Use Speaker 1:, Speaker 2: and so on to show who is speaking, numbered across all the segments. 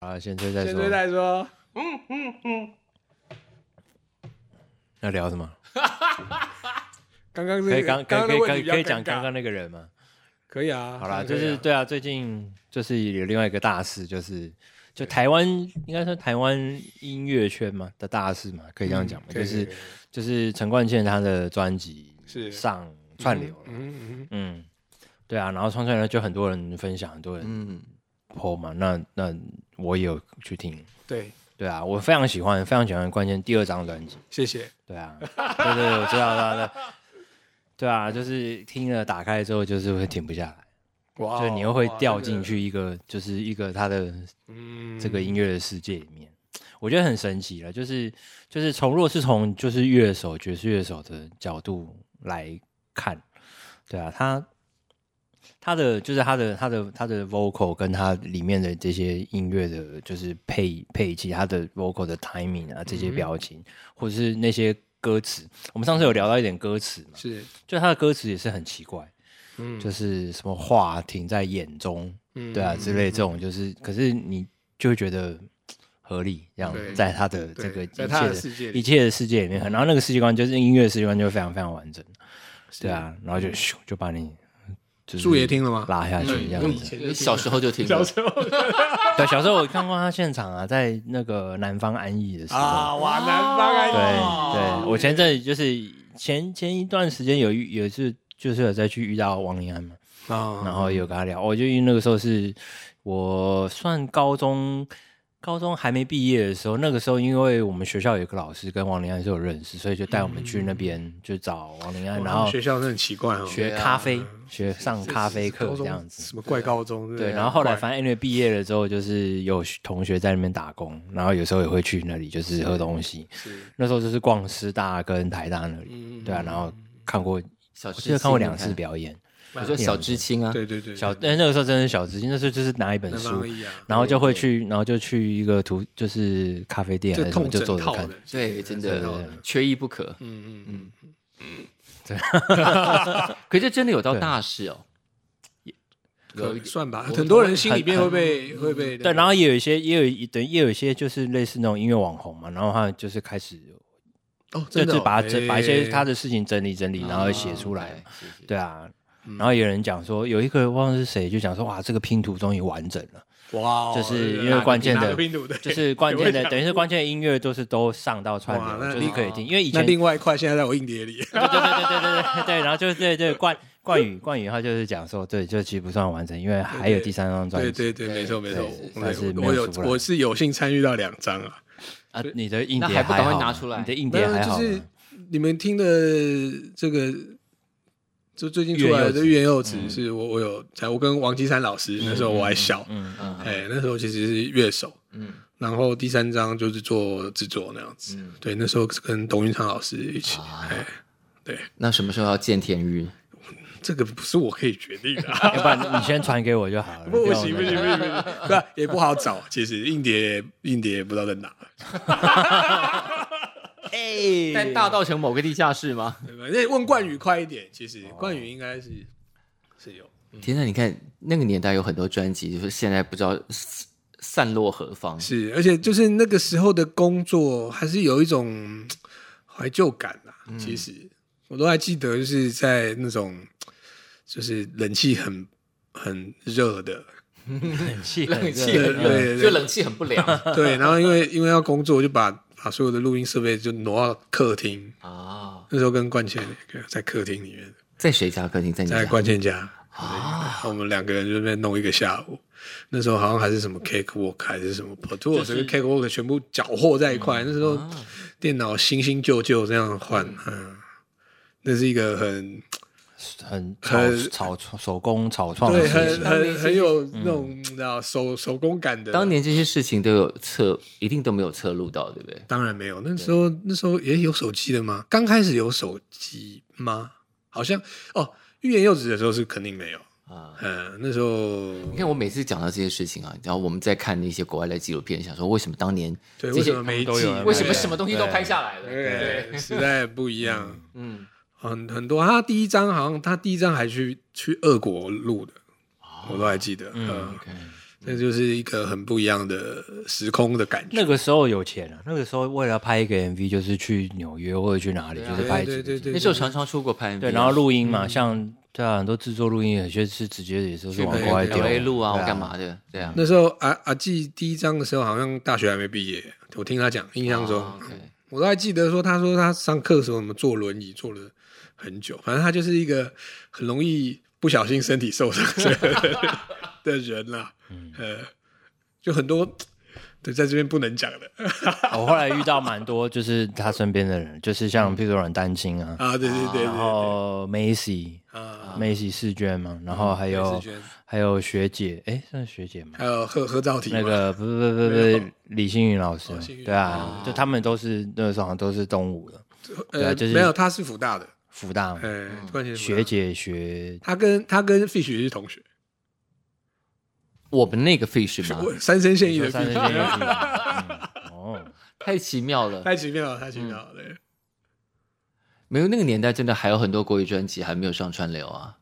Speaker 1: 啊，先吹再
Speaker 2: 先
Speaker 1: 说
Speaker 2: 对。再说，
Speaker 1: 要聊什么？
Speaker 2: 刚刚是
Speaker 1: 可以刚可以
Speaker 2: 刚刚
Speaker 1: 可
Speaker 2: 的
Speaker 1: 以
Speaker 2: 问
Speaker 1: 可
Speaker 2: 题
Speaker 1: 以
Speaker 2: 比较
Speaker 1: 可以
Speaker 2: 尴
Speaker 1: 讲刚
Speaker 2: 尬，
Speaker 1: 刚那个人吗？
Speaker 2: 可以啊。
Speaker 1: 好啦，
Speaker 2: 当然
Speaker 1: 就
Speaker 2: 可以
Speaker 1: 是
Speaker 2: 啊
Speaker 1: 对啊，最近就是有另外一个大事，就是就台湾应该说台湾音乐圈嘛的大事嘛，可以这样讲嘛，
Speaker 2: 嗯可
Speaker 1: 就
Speaker 2: 以
Speaker 1: 是
Speaker 2: 可以可以
Speaker 1: 就是陈冠希他的专辑
Speaker 2: 是
Speaker 1: 上串流了，
Speaker 2: 嗯嗯
Speaker 1: 嗯，对啊，然后串串流就很多人分享，很多人
Speaker 3: 嗯，
Speaker 1: po 嘛，那那我也有去听，
Speaker 2: 嗯，对，
Speaker 1: 对啊，我非常喜欢，非常喜欢关键第二张专辑。
Speaker 2: 谢谢。
Speaker 1: 对啊， 对对，我知道，知道，知道对啊，就是听了打开之后，就是会停不下来，
Speaker 2: 哇哦，
Speaker 1: 就你又会
Speaker 2: 哇
Speaker 1: 掉进，去一个，就是一个他的
Speaker 2: 这个嗯，
Speaker 1: 这个音乐的世界里面，我觉得很神奇了。就是就是从若是从就是乐手爵士乐手的角度来看，对啊，他他的就是他的他的他的 vocal 跟他里面的这些音乐的，就是配配器，他的 vocal 的 timing 啊，这
Speaker 2: 嗯
Speaker 1: 些表情、或者是那些歌词，我们上次有聊到一点歌词嘛，
Speaker 2: 嗯是，
Speaker 1: 就他的歌词也是很奇怪，
Speaker 2: 嗯，
Speaker 1: 就是什么话停在眼中，
Speaker 2: 嗯
Speaker 1: 对啊，之类这种就是，可是你就会觉得合理，这样
Speaker 2: 对
Speaker 1: 在他的这
Speaker 2: 对
Speaker 1: 个一切
Speaker 2: 在他的世界里嗯
Speaker 1: 一切的世界里面，然后那个世界观就是音乐世界观就非常非常完整，
Speaker 2: 是嗯
Speaker 1: 对，啊，然后就咻就把你就是
Speaker 2: 树也听了吗？嗯
Speaker 1: 拉下去这样
Speaker 2: 我以
Speaker 1: 子。
Speaker 2: 前就听
Speaker 3: 小时候就听
Speaker 2: 小
Speaker 3: 了，
Speaker 2: 时候
Speaker 1: 对，小时候我看过他现场啊，在那个南方安逸的时候，
Speaker 2: 啊，哇，
Speaker 3: 哦
Speaker 2: 南方
Speaker 1: 对
Speaker 2: 啊，
Speaker 1: 对，我前阵子就是前前一段时间有遇有一次就是有再去遇到王林安嘛，
Speaker 2: 对，啊
Speaker 1: 然后有跟他聊，哦我、就因为那个时候是我算高中，高中还没毕业的时候，那个时候因为我们学校有一个老师跟王林安是有认识，所以就带我们去那边就找王林安，然后
Speaker 2: 学校真的很奇怪哦，
Speaker 1: 学
Speaker 3: 对啊
Speaker 1: 咖啡，学上咖啡课
Speaker 2: 高
Speaker 1: 这
Speaker 2: 中
Speaker 1: 样子。
Speaker 2: 什么怪高中，
Speaker 1: 对，然后后来
Speaker 2: 反
Speaker 1: 反正 anyway 毕业了之后，就是有同学在那边打工，然后有时候也会去那里就是喝东西。那时候就是逛师大跟台大那
Speaker 2: 嗯
Speaker 1: 里，对啊，然后看过，
Speaker 3: 小
Speaker 1: 我
Speaker 3: 知
Speaker 1: 记得看过
Speaker 3: 青
Speaker 1: 两次，表演。
Speaker 3: 你看我说小知青
Speaker 2: 嗯
Speaker 3: 啊，
Speaker 2: 对对对，
Speaker 1: 小那那个时候真的是小资金，那时候就是拿一本
Speaker 2: 南方
Speaker 1: 书
Speaker 2: 而，已啊，
Speaker 1: 然后就会去，然后就去一个图，就是咖啡店还
Speaker 2: 这
Speaker 1: 是什么，
Speaker 2: 痛
Speaker 1: 就
Speaker 2: 整
Speaker 1: 坐着
Speaker 2: 套
Speaker 1: 看
Speaker 2: 的。，
Speaker 3: 对，真
Speaker 2: 整套
Speaker 3: 的缺一不可。
Speaker 2: 嗯嗯嗯，
Speaker 3: 可是这真的有到大事哦，有
Speaker 2: 可
Speaker 3: 一
Speaker 2: 算吧，很多人心里面会被会被
Speaker 1: 对，然后也有一些，也有一等，也有一些就是类似那种音乐网红嘛，然后他就是开始
Speaker 2: 哦，
Speaker 1: 就
Speaker 2: 真的
Speaker 1: 是
Speaker 2: 哦
Speaker 1: 把它整把一些他
Speaker 2: 哎
Speaker 1: 的事情整理整理，然后写出来嘛。
Speaker 3: 啊，是是
Speaker 1: 对啊，
Speaker 2: 嗯
Speaker 1: 然后有人讲说，有一个忘了是谁，就讲说哇，这个拼图终于完整了，
Speaker 2: 哇哦，
Speaker 1: 就是因为关键
Speaker 2: 哪
Speaker 1: 的
Speaker 2: 个拼图的，
Speaker 1: 就是关键的，等于是关键的音乐都是都上到串
Speaker 2: 哇那
Speaker 1: 流，就是可以听，因为以
Speaker 2: 那
Speaker 1: 前
Speaker 2: 另外一块现在在我硬 碟里，
Speaker 1: 对对对对对对对对，然后就是对对冠冠宇冠宇他就是讲说，对，就其实不算完整，因为还有第三张专
Speaker 2: 对
Speaker 1: 辑。
Speaker 2: 对对，没错没错，我
Speaker 1: 但是没有
Speaker 2: 我有
Speaker 1: 出来
Speaker 2: 我是有幸参与到两张啊，
Speaker 1: 啊，你的硬
Speaker 3: 那
Speaker 1: 碟
Speaker 3: 还不
Speaker 1: 还
Speaker 3: 赶快
Speaker 1: 好吗，
Speaker 3: 拿出来
Speaker 1: 你的硬
Speaker 2: 没
Speaker 1: 碟
Speaker 2: 有
Speaker 1: 还好啊
Speaker 2: 就
Speaker 1: 吗，
Speaker 2: 是你们听的这个，就最近出来的
Speaker 1: 月
Speaker 2: 《月柚子》是我我有在我跟王基山老师那时候我还小，
Speaker 1: 嗯嗯，
Speaker 2: 哎，那时候其实是乐手，
Speaker 3: 啊嗯
Speaker 2: 然后第三张就是做制作那样子，对，那时候是跟董云昌老师一
Speaker 3: 啊
Speaker 2: 起， 哎，对，
Speaker 3: 嗯那什么时候要见田玉？
Speaker 2: 这个不是我可以决定的、啊。
Speaker 1: 要不然你先传给我就好了。
Speaker 2: 不
Speaker 1: 要
Speaker 2: 行不
Speaker 1: 那
Speaker 2: 行
Speaker 1: 个
Speaker 2: 不行不行，不然也不好找。其实硬碟硬碟也不知道在哪，
Speaker 3: 在大道城某个地下室吗？
Speaker 2: 对吧？那问冠宇快一点。其实冠宇应该是是有，
Speaker 3: 天呐，你看那个年代有很多专辑，就是现在不知道散落何方。
Speaker 2: 是，而且就是那个时候的工作，还是有一种嗯怀旧感啦、其实我都还记得，就是在那种就是冷气很很热的，
Speaker 1: 冷气
Speaker 3: 冷气
Speaker 1: 热
Speaker 2: 对
Speaker 3: 很
Speaker 2: 对
Speaker 3: 热，
Speaker 2: 对
Speaker 3: 就冷气很不 良
Speaker 2: 对，然后因为因为要工作，我就把把所有的录音设备就挪到客厅。
Speaker 3: 啊。
Speaker 2: 那时候跟冠茜在客厅里
Speaker 1: 嗯
Speaker 2: 面，
Speaker 3: 在谁家客厅？在你
Speaker 2: 在
Speaker 3: 家？啊
Speaker 2: 冠茜家，
Speaker 1: 啊
Speaker 2: 对我们两个人就在那边弄一个下午。那时候好像还是什么 Cake Walk 还是什么 Pro Tools，、
Speaker 1: 就是嗯
Speaker 2: Cake Walk 全部搅和在一块。那时候电脑新新旧旧这样换，嗯，那是一个很
Speaker 1: 很草草手工草创的嗯
Speaker 2: 对
Speaker 1: 事
Speaker 2: 很
Speaker 1: 情，
Speaker 2: 很很有那种你知道手手工感的。
Speaker 3: 当年这些事情都有侧，一定都没有侧录到，对不对？
Speaker 2: 当然没有，那时候那时候也有手机的吗？刚开始有手机吗？好像哦，欲言又止的时候是肯定没有。
Speaker 3: 啊，
Speaker 2: 嗯，那时候
Speaker 3: 你看我每次讲到这些事情啊，然后我们在看那些国外的纪录片，想说为什么当年
Speaker 2: 对
Speaker 3: 这
Speaker 2: 为
Speaker 3: 些啊
Speaker 2: 什么
Speaker 1: 他们
Speaker 2: 没
Speaker 1: 都
Speaker 2: 记
Speaker 1: 有人？
Speaker 3: 为什么什么东西都拍下来了？
Speaker 2: 对时代不一样，
Speaker 3: 嗯，
Speaker 2: 很很多。他第一
Speaker 3: 哦
Speaker 2: 张好像他第一张还去去俄国录的，我都还记得。嗯，
Speaker 3: OK，
Speaker 2: 那就是一个很不一样的时空的感觉。
Speaker 1: 那个时候有钱啊，那个时候为了拍一个 MV，就是去纽约或者去哪里，
Speaker 3: 对啊
Speaker 1: 就是拍
Speaker 2: 对对对对
Speaker 3: 那时候常常出国拍 MV，
Speaker 1: 对，然后录音嘛，像对啊，很多制作录音，有些是直接也都是
Speaker 3: 去
Speaker 1: 往
Speaker 2: 美
Speaker 1: 国外
Speaker 2: 国
Speaker 1: 丢
Speaker 3: L A 录啊，
Speaker 1: 对
Speaker 3: 我干嘛的？对啊，
Speaker 2: 那时候阿阿纪第一章的时候，好像大学还没毕业，我听他讲，印象中、
Speaker 3: 啊，OK
Speaker 2: 我都还记得说，他说他上课的时候怎么坐轮椅坐了很久，反正他就是一个很容易不小心身体受伤 的的人啦。
Speaker 1: 嗯
Speaker 2: 呃，就很多对在这边不能讲的
Speaker 1: 我后来遇到蛮多，就是他身边的人，就是像譬如说阮丹青啊，
Speaker 2: 嗯啊，对对对对
Speaker 1: 然后 Macy
Speaker 2: 对啊，
Speaker 1: Macy 世娟嘛，然后还
Speaker 2: 美
Speaker 1: 有
Speaker 2: 世娟
Speaker 1: 还有学姐，哎，算是学姐吗？
Speaker 2: 还有合合照题嘛
Speaker 1: 那个不不不
Speaker 2: 没
Speaker 1: 不
Speaker 2: 有
Speaker 1: 不，李星云老师
Speaker 2: 哦星云，
Speaker 1: 对啊，就他们都是那个时候好像都是东吴的，对啊
Speaker 2: 呃
Speaker 1: 就是
Speaker 2: 没有，他是福大的，
Speaker 1: 福大嘛
Speaker 2: 呃，关键是福大
Speaker 1: 学，姐学
Speaker 2: 他跟他跟 Fish 也是同学，
Speaker 3: 我们那个 fish 吗？
Speaker 2: 我三生现役的
Speaker 1: 啊三十
Speaker 2: Fish，
Speaker 1: 年级
Speaker 2: 哎
Speaker 1: 的，嗯 哦，
Speaker 3: 太奇妙了，
Speaker 2: 太奇妙了，太奇妙了，
Speaker 1: 嗯
Speaker 2: 对
Speaker 3: 没有那个年代真的还有很多国语专辑还没有上串流啊，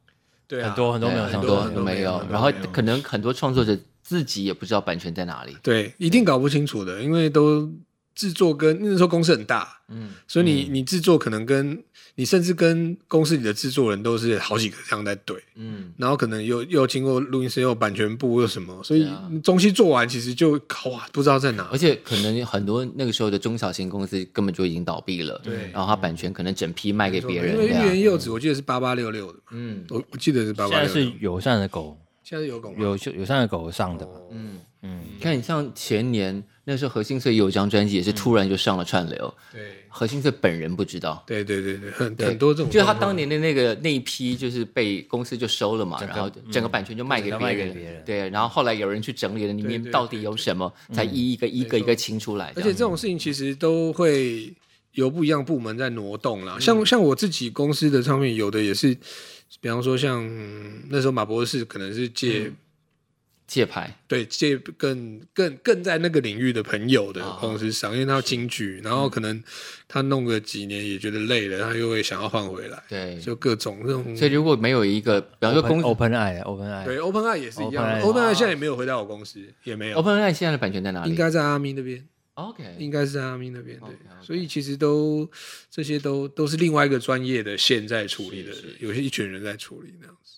Speaker 2: 对啊，
Speaker 1: 很多很多没有
Speaker 2: 对
Speaker 1: 上
Speaker 3: 很
Speaker 1: 多
Speaker 3: 多
Speaker 1: 很
Speaker 2: 多
Speaker 3: 没有
Speaker 2: 很，多
Speaker 3: 然后
Speaker 2: 没有
Speaker 3: 可能很多创作者自己也不知道版权在哪里。
Speaker 2: 对，一定搞不清楚的，因为都制作跟那时候公司很大，
Speaker 3: 嗯，
Speaker 2: 所以你、你制作可能跟你甚至跟公司里的制作人都是好几个这样在对，
Speaker 3: 嗯，
Speaker 2: 然后可能又又经过录音师又版权部又什么，所以
Speaker 3: 对啊
Speaker 2: 东西做完其实就哇不知道在哪
Speaker 3: 而，且可能很多那个时候的中小型公司根本就已经倒闭了，
Speaker 2: 对
Speaker 3: 然后它版权可能整批卖给别人，
Speaker 2: 因为
Speaker 3: 这
Speaker 2: 玉
Speaker 3: 样
Speaker 2: 园柚子我记得是八八六六的嘛，
Speaker 3: 嗯
Speaker 2: 我我记得是八
Speaker 1: 现
Speaker 2: 八
Speaker 1: 在
Speaker 2: 六
Speaker 1: 是
Speaker 2: 六，
Speaker 1: 友善的狗，
Speaker 2: 现在是有广告
Speaker 1: 友友善的狗上的嘛，
Speaker 2: 哦
Speaker 3: 嗯
Speaker 1: 嗯
Speaker 3: 你看，你像前年那时候何心碎有一张专辑
Speaker 2: 嗯
Speaker 3: 也是突然就上了串流，
Speaker 2: 对
Speaker 3: 何心碎本人不知道。
Speaker 2: 对对对对，很
Speaker 3: 对
Speaker 2: 很多这种
Speaker 3: 就是他
Speaker 2: 状况
Speaker 3: 当年的那个那一批，就是被公司就收了嘛，然后
Speaker 2: 嗯
Speaker 3: 整个版权就卖给
Speaker 1: 整个
Speaker 3: 别
Speaker 1: 卖给
Speaker 3: 人，
Speaker 1: 别人
Speaker 3: 对，然后后来有人去整理了里面
Speaker 2: 对对
Speaker 3: 到底有什么，才一一个一个一个清出来。
Speaker 2: 而
Speaker 3: 这
Speaker 2: 且
Speaker 3: 样
Speaker 2: 这种事情其实都会由不一样部门在挪动啦。
Speaker 3: 嗯
Speaker 2: 像像我自己公司的唱片，有的也是，比方说像嗯那时候马博士可能是借、
Speaker 3: 嗯借牌，
Speaker 2: 对借更更更在那个领域的朋友的
Speaker 3: 哦
Speaker 2: 公司上，因为他要金曲，然
Speaker 3: 嗯
Speaker 2: 后可能他弄个几年也觉得累了，他又会想要换回来，
Speaker 3: 对，
Speaker 2: 就各种这种。
Speaker 3: 嗯所以如果没有一个，比方说公
Speaker 1: Open Open Eye Open Eye，
Speaker 2: 对，OpenAI 也是一样的
Speaker 1: OpenAI
Speaker 2: ，OpenAI 现在也没有回到我公司，也没有，
Speaker 3: OpenAI 现在的版权在哦哪里？哦
Speaker 2: 应该在阿咪那边。
Speaker 3: OK，
Speaker 2: 应该是在阿咪那边对
Speaker 3: OK，OK
Speaker 2: 所以其实都这些都都是另外一个专业的线在处理的，有些一群人在处理那样子。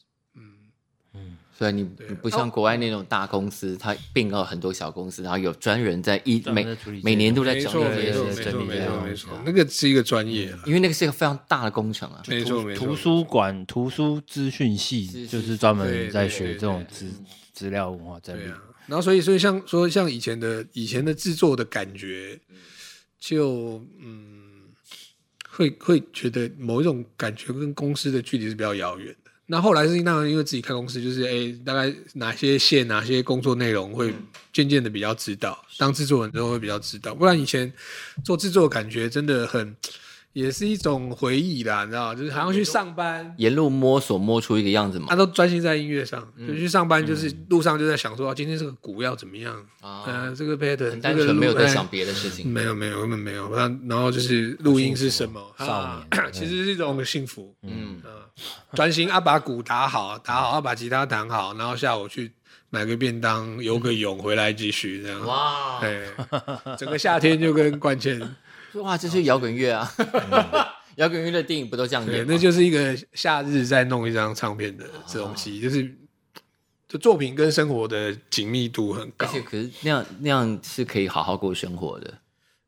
Speaker 3: 所以你
Speaker 2: 啊
Speaker 3: 你不像国外那种大公司，它并购很多小公司，然后有专人在一
Speaker 1: 专
Speaker 3: 每
Speaker 1: 门在处理这
Speaker 3: 每年都在
Speaker 2: 没
Speaker 3: 整
Speaker 2: 错，
Speaker 3: 理
Speaker 2: 没
Speaker 3: 这
Speaker 2: 错，
Speaker 3: 些
Speaker 2: 没
Speaker 3: 事
Speaker 2: 错，
Speaker 3: 情，
Speaker 2: 没错，
Speaker 3: 这样啊嗯
Speaker 2: 没错，那个是一个专业啦，
Speaker 3: 因为那个是一个非常大的工程啊。
Speaker 2: 没错，没错。
Speaker 1: 图书馆图书资讯系
Speaker 3: 资
Speaker 1: 就是
Speaker 3: 讯
Speaker 1: 专
Speaker 2: 对
Speaker 1: 门在
Speaker 2: 对
Speaker 1: 学
Speaker 2: 对
Speaker 1: 这种
Speaker 2: 对嗯
Speaker 1: 资资料文化整
Speaker 2: 对
Speaker 1: 理
Speaker 2: 啊，，然后所以所以像说像以前的以前的制作的感觉，就嗯，会会觉得某一种感觉跟公司的距离是比较遥远的。那后来是当然因为自己开公司，就是哎，大概哪些线、哪些工作内容会渐渐的比较知道，当制作人之后会比较知道。不然以前做制作的感觉真的很，也是一种回忆啦，你知道，就是好像去上班，
Speaker 3: 沿路摸索摸出一个样子
Speaker 2: 他
Speaker 3: 嘛。
Speaker 2: 都专心在音乐上，
Speaker 3: 嗯
Speaker 2: 就去上班，就是路上就在想说，啊今天这个鼓要怎么样，
Speaker 3: 啊，
Speaker 2: 呃，这个 pattern，
Speaker 3: 很单
Speaker 2: 这
Speaker 3: 纯，
Speaker 2: 个录
Speaker 3: 没有在想
Speaker 2: 哎
Speaker 3: 别的事情。
Speaker 2: 没有没有根本没有，然然后就是录音是什么，
Speaker 1: 幸福
Speaker 2: 啊
Speaker 1: 少年
Speaker 2: 其实是一种幸福，
Speaker 3: 嗯，
Speaker 2: 嗯，专心啊，把鼓打好，打好，啊，把吉他弹好，然后下午去买个便当，游个泳，回来继续这样，
Speaker 3: 嗯哇
Speaker 2: 哎，整个夏天就跟冠 茜，
Speaker 3: 哇，这是摇滚乐啊！
Speaker 1: 嗯
Speaker 3: 摇滚乐的电影不都这样
Speaker 2: 对，
Speaker 3: 演吗？
Speaker 2: 那就是一个夏日在弄一张唱片的这
Speaker 3: 啊
Speaker 2: 东西，就是就作品跟生活的紧密度很
Speaker 3: 而
Speaker 2: 高，
Speaker 3: 且可是那样那样是可以好好过生活的。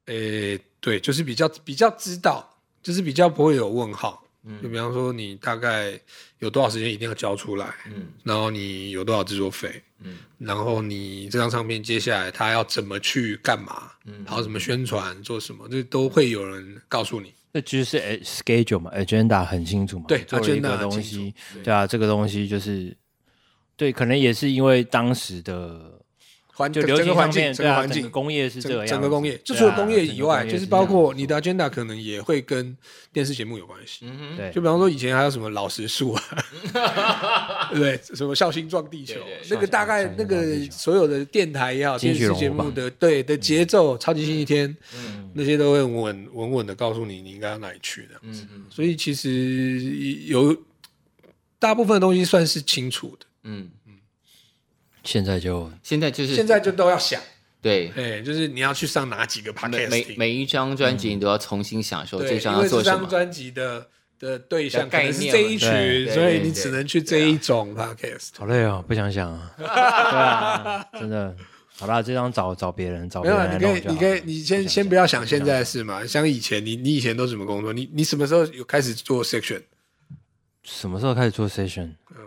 Speaker 2: 诶，对，就是比较比较知道，就是比较不会有问号。
Speaker 3: 嗯
Speaker 2: 就比方说，你大概有多少时间一定要交出来，
Speaker 3: 嗯
Speaker 2: 然后你有多少制作费，
Speaker 3: 嗯
Speaker 2: 然后你这张唱片接下来它要怎么去干嘛，
Speaker 3: 嗯
Speaker 2: 然后怎么宣传，做什么，这都会有人告诉你。
Speaker 1: 这就是 a- schedule 嘛，agenda 很清楚嘛，
Speaker 2: 对
Speaker 1: 做了一个
Speaker 2: ，agenda 很
Speaker 1: 东
Speaker 2: 清
Speaker 1: 西，
Speaker 2: 对
Speaker 1: 对啊，这个东西就是对，可能也是因为当时的
Speaker 2: 环
Speaker 1: 就
Speaker 2: 整
Speaker 1: 流
Speaker 2: 整
Speaker 1: 行
Speaker 2: 个环
Speaker 1: 唱
Speaker 2: 境，
Speaker 1: 片，
Speaker 2: 整
Speaker 1: 对
Speaker 2: 个
Speaker 1: 啊，
Speaker 2: 环
Speaker 1: 整
Speaker 2: 境
Speaker 1: 个，工业是这
Speaker 2: 整
Speaker 1: 个样子，
Speaker 2: 整个工业，就
Speaker 1: 对啊
Speaker 2: 除了工业以外，
Speaker 1: 整个工业
Speaker 2: 就是
Speaker 1: 是
Speaker 2: 包
Speaker 1: 这样
Speaker 2: 括你的 agenda 可能也会跟电视节目有关系。
Speaker 3: 嗯
Speaker 1: 对
Speaker 2: 就比方说以前还有什么老实树啊， 对，什么孝心撞地球
Speaker 3: 对对，
Speaker 2: 那个大概
Speaker 1: 孝
Speaker 2: 那
Speaker 1: 心撞
Speaker 2: 个
Speaker 1: 地球
Speaker 2: 所有的电台也好，
Speaker 1: 金
Speaker 2: 电
Speaker 1: 曲
Speaker 2: 视
Speaker 1: 龙
Speaker 2: 节
Speaker 1: 虎
Speaker 2: 目
Speaker 1: 榜
Speaker 2: 的对
Speaker 3: 嗯
Speaker 2: 的节奏，超级星期天，那些都会稳稳稳的告诉你你应该要哪里去的。
Speaker 3: 嗯嗯
Speaker 2: 所以其实有大部分的东西算是清楚的，
Speaker 3: 嗯，
Speaker 1: 现在就
Speaker 3: 现在就是
Speaker 2: 现在就都要想，
Speaker 3: 对
Speaker 2: 哎，就是你要去上哪几个 podcast
Speaker 3: 每每
Speaker 2: 听
Speaker 3: 每一张专辑你都要重新享受这
Speaker 2: 对，
Speaker 3: 张
Speaker 2: 因
Speaker 3: 要
Speaker 2: 为
Speaker 3: 做
Speaker 2: 这
Speaker 3: 什
Speaker 2: 张
Speaker 3: 么。
Speaker 2: 专辑的的对
Speaker 3: 的
Speaker 2: 象可
Speaker 3: 概
Speaker 2: 能是
Speaker 3: 念
Speaker 2: 这
Speaker 3: 嘛
Speaker 2: 一
Speaker 3: 对
Speaker 2: 群，
Speaker 3: 对
Speaker 2: 所以
Speaker 3: 对
Speaker 2: 你
Speaker 3: 对啊
Speaker 2: 只能去这一种 podcast。
Speaker 1: 好累哦，不想想 啊。对啊，真的。好啦，这张找找别人，找
Speaker 2: 没
Speaker 1: 别
Speaker 2: 有
Speaker 1: 人
Speaker 2: 啊，
Speaker 1: 来
Speaker 2: 你
Speaker 1: 弄
Speaker 2: 可以，
Speaker 1: 就好
Speaker 2: 你可以，
Speaker 1: 了
Speaker 2: 你先
Speaker 1: 想
Speaker 2: 先不要想现在的事嘛，像以前，你你以前都怎么工作？你你什么时候有开始做 section？
Speaker 1: 什么时候开始做 session？
Speaker 2: 嗯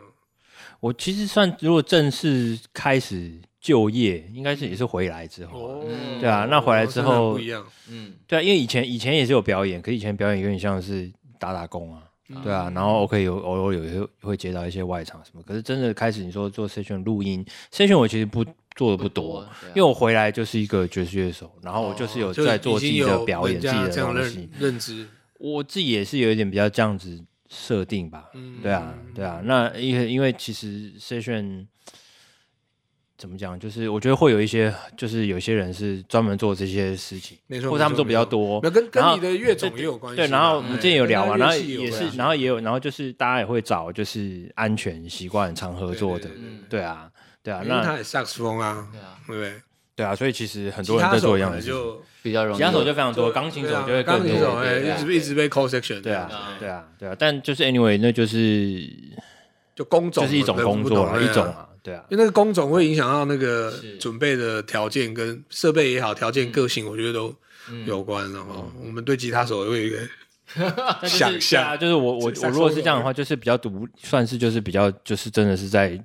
Speaker 1: 我其实算如果正式开始就业，应该是也是回来之
Speaker 2: 哦
Speaker 1: 后啊。
Speaker 3: 嗯
Speaker 1: 对啊那回来之后
Speaker 2: 真的不一样，
Speaker 3: 嗯，
Speaker 1: 对啊，因为以前以前也是有表演，可是以前表演有点像是打打工啊。
Speaker 2: 嗯
Speaker 1: 对啊，然后 OK 有偶尔有会会接到一些外场什么，可是真的开始你说做 session 录音 session，我其实不做的不多，
Speaker 3: 不多对啊
Speaker 1: 因为我回来就是一个爵士乐手，然后我就是有在做自己的表演、
Speaker 2: 哦就已
Speaker 1: 自己
Speaker 2: 经有人家
Speaker 1: 的
Speaker 2: 这样
Speaker 1: 东西
Speaker 2: 认，认知，
Speaker 1: 我自己也是有一点比较这样子设定吧，
Speaker 2: 嗯
Speaker 1: 对啊，对啊。那因为因为其实 session 怎么讲，就是我觉得会有一些，就是有些人是专门做这些事情，
Speaker 2: 没错
Speaker 1: 或者他们
Speaker 2: 没错
Speaker 1: 做比较多，
Speaker 2: 那跟
Speaker 1: 然后
Speaker 2: 跟你的乐种也有关系嘛。
Speaker 1: 对，然后我们之前有聊嘛，
Speaker 2: 哎跟
Speaker 1: 然
Speaker 2: 他
Speaker 1: 后
Speaker 2: 乐器有
Speaker 1: 也
Speaker 2: 关
Speaker 1: 是，
Speaker 2: 系
Speaker 1: 然后也有，然后就是大家也会找就是安全习惯常合作的
Speaker 2: 对对对对，
Speaker 1: 对啊，对啊，
Speaker 2: 因为他
Speaker 1: 那
Speaker 2: 也萨克斯风啊，
Speaker 3: 对啊，
Speaker 2: 对不对？
Speaker 1: 对啊，所以其实很
Speaker 2: 很
Speaker 1: 多人在做一样的事情，
Speaker 2: 就啊
Speaker 3: 比较容易。
Speaker 1: 吉他手就非常多，钢琴手就会
Speaker 2: 钢
Speaker 1: 更
Speaker 2: 琴手
Speaker 1: 多，
Speaker 2: 哎，
Speaker 3: 对
Speaker 2: 一
Speaker 3: 啊
Speaker 2: 直一直被 call section，
Speaker 1: 对
Speaker 2: 这样
Speaker 1: 啊
Speaker 2: 子，
Speaker 1: 对啊，对啊，但就是 anyway，那就是
Speaker 2: 就工种
Speaker 1: 就是一种
Speaker 2: 我
Speaker 1: 工
Speaker 2: 不
Speaker 1: 作
Speaker 2: 懂
Speaker 1: 啊，
Speaker 2: 哎呀
Speaker 1: 一种啊，对啊，
Speaker 2: 因为那个工种会影响到那个
Speaker 3: 是
Speaker 2: 准备的条件跟设备也好，条
Speaker 1: 嗯
Speaker 2: 件、个性，我觉得都有关了哦。我们对吉他手也会有一个
Speaker 1: 但就是
Speaker 2: 想
Speaker 1: 对啊，
Speaker 2: 象，
Speaker 1: 就是我我
Speaker 2: 这
Speaker 1: 我
Speaker 2: 个
Speaker 1: 如果
Speaker 2: saxophone
Speaker 1: 是这样的话，就是比较独，算是就是比较就是真的是在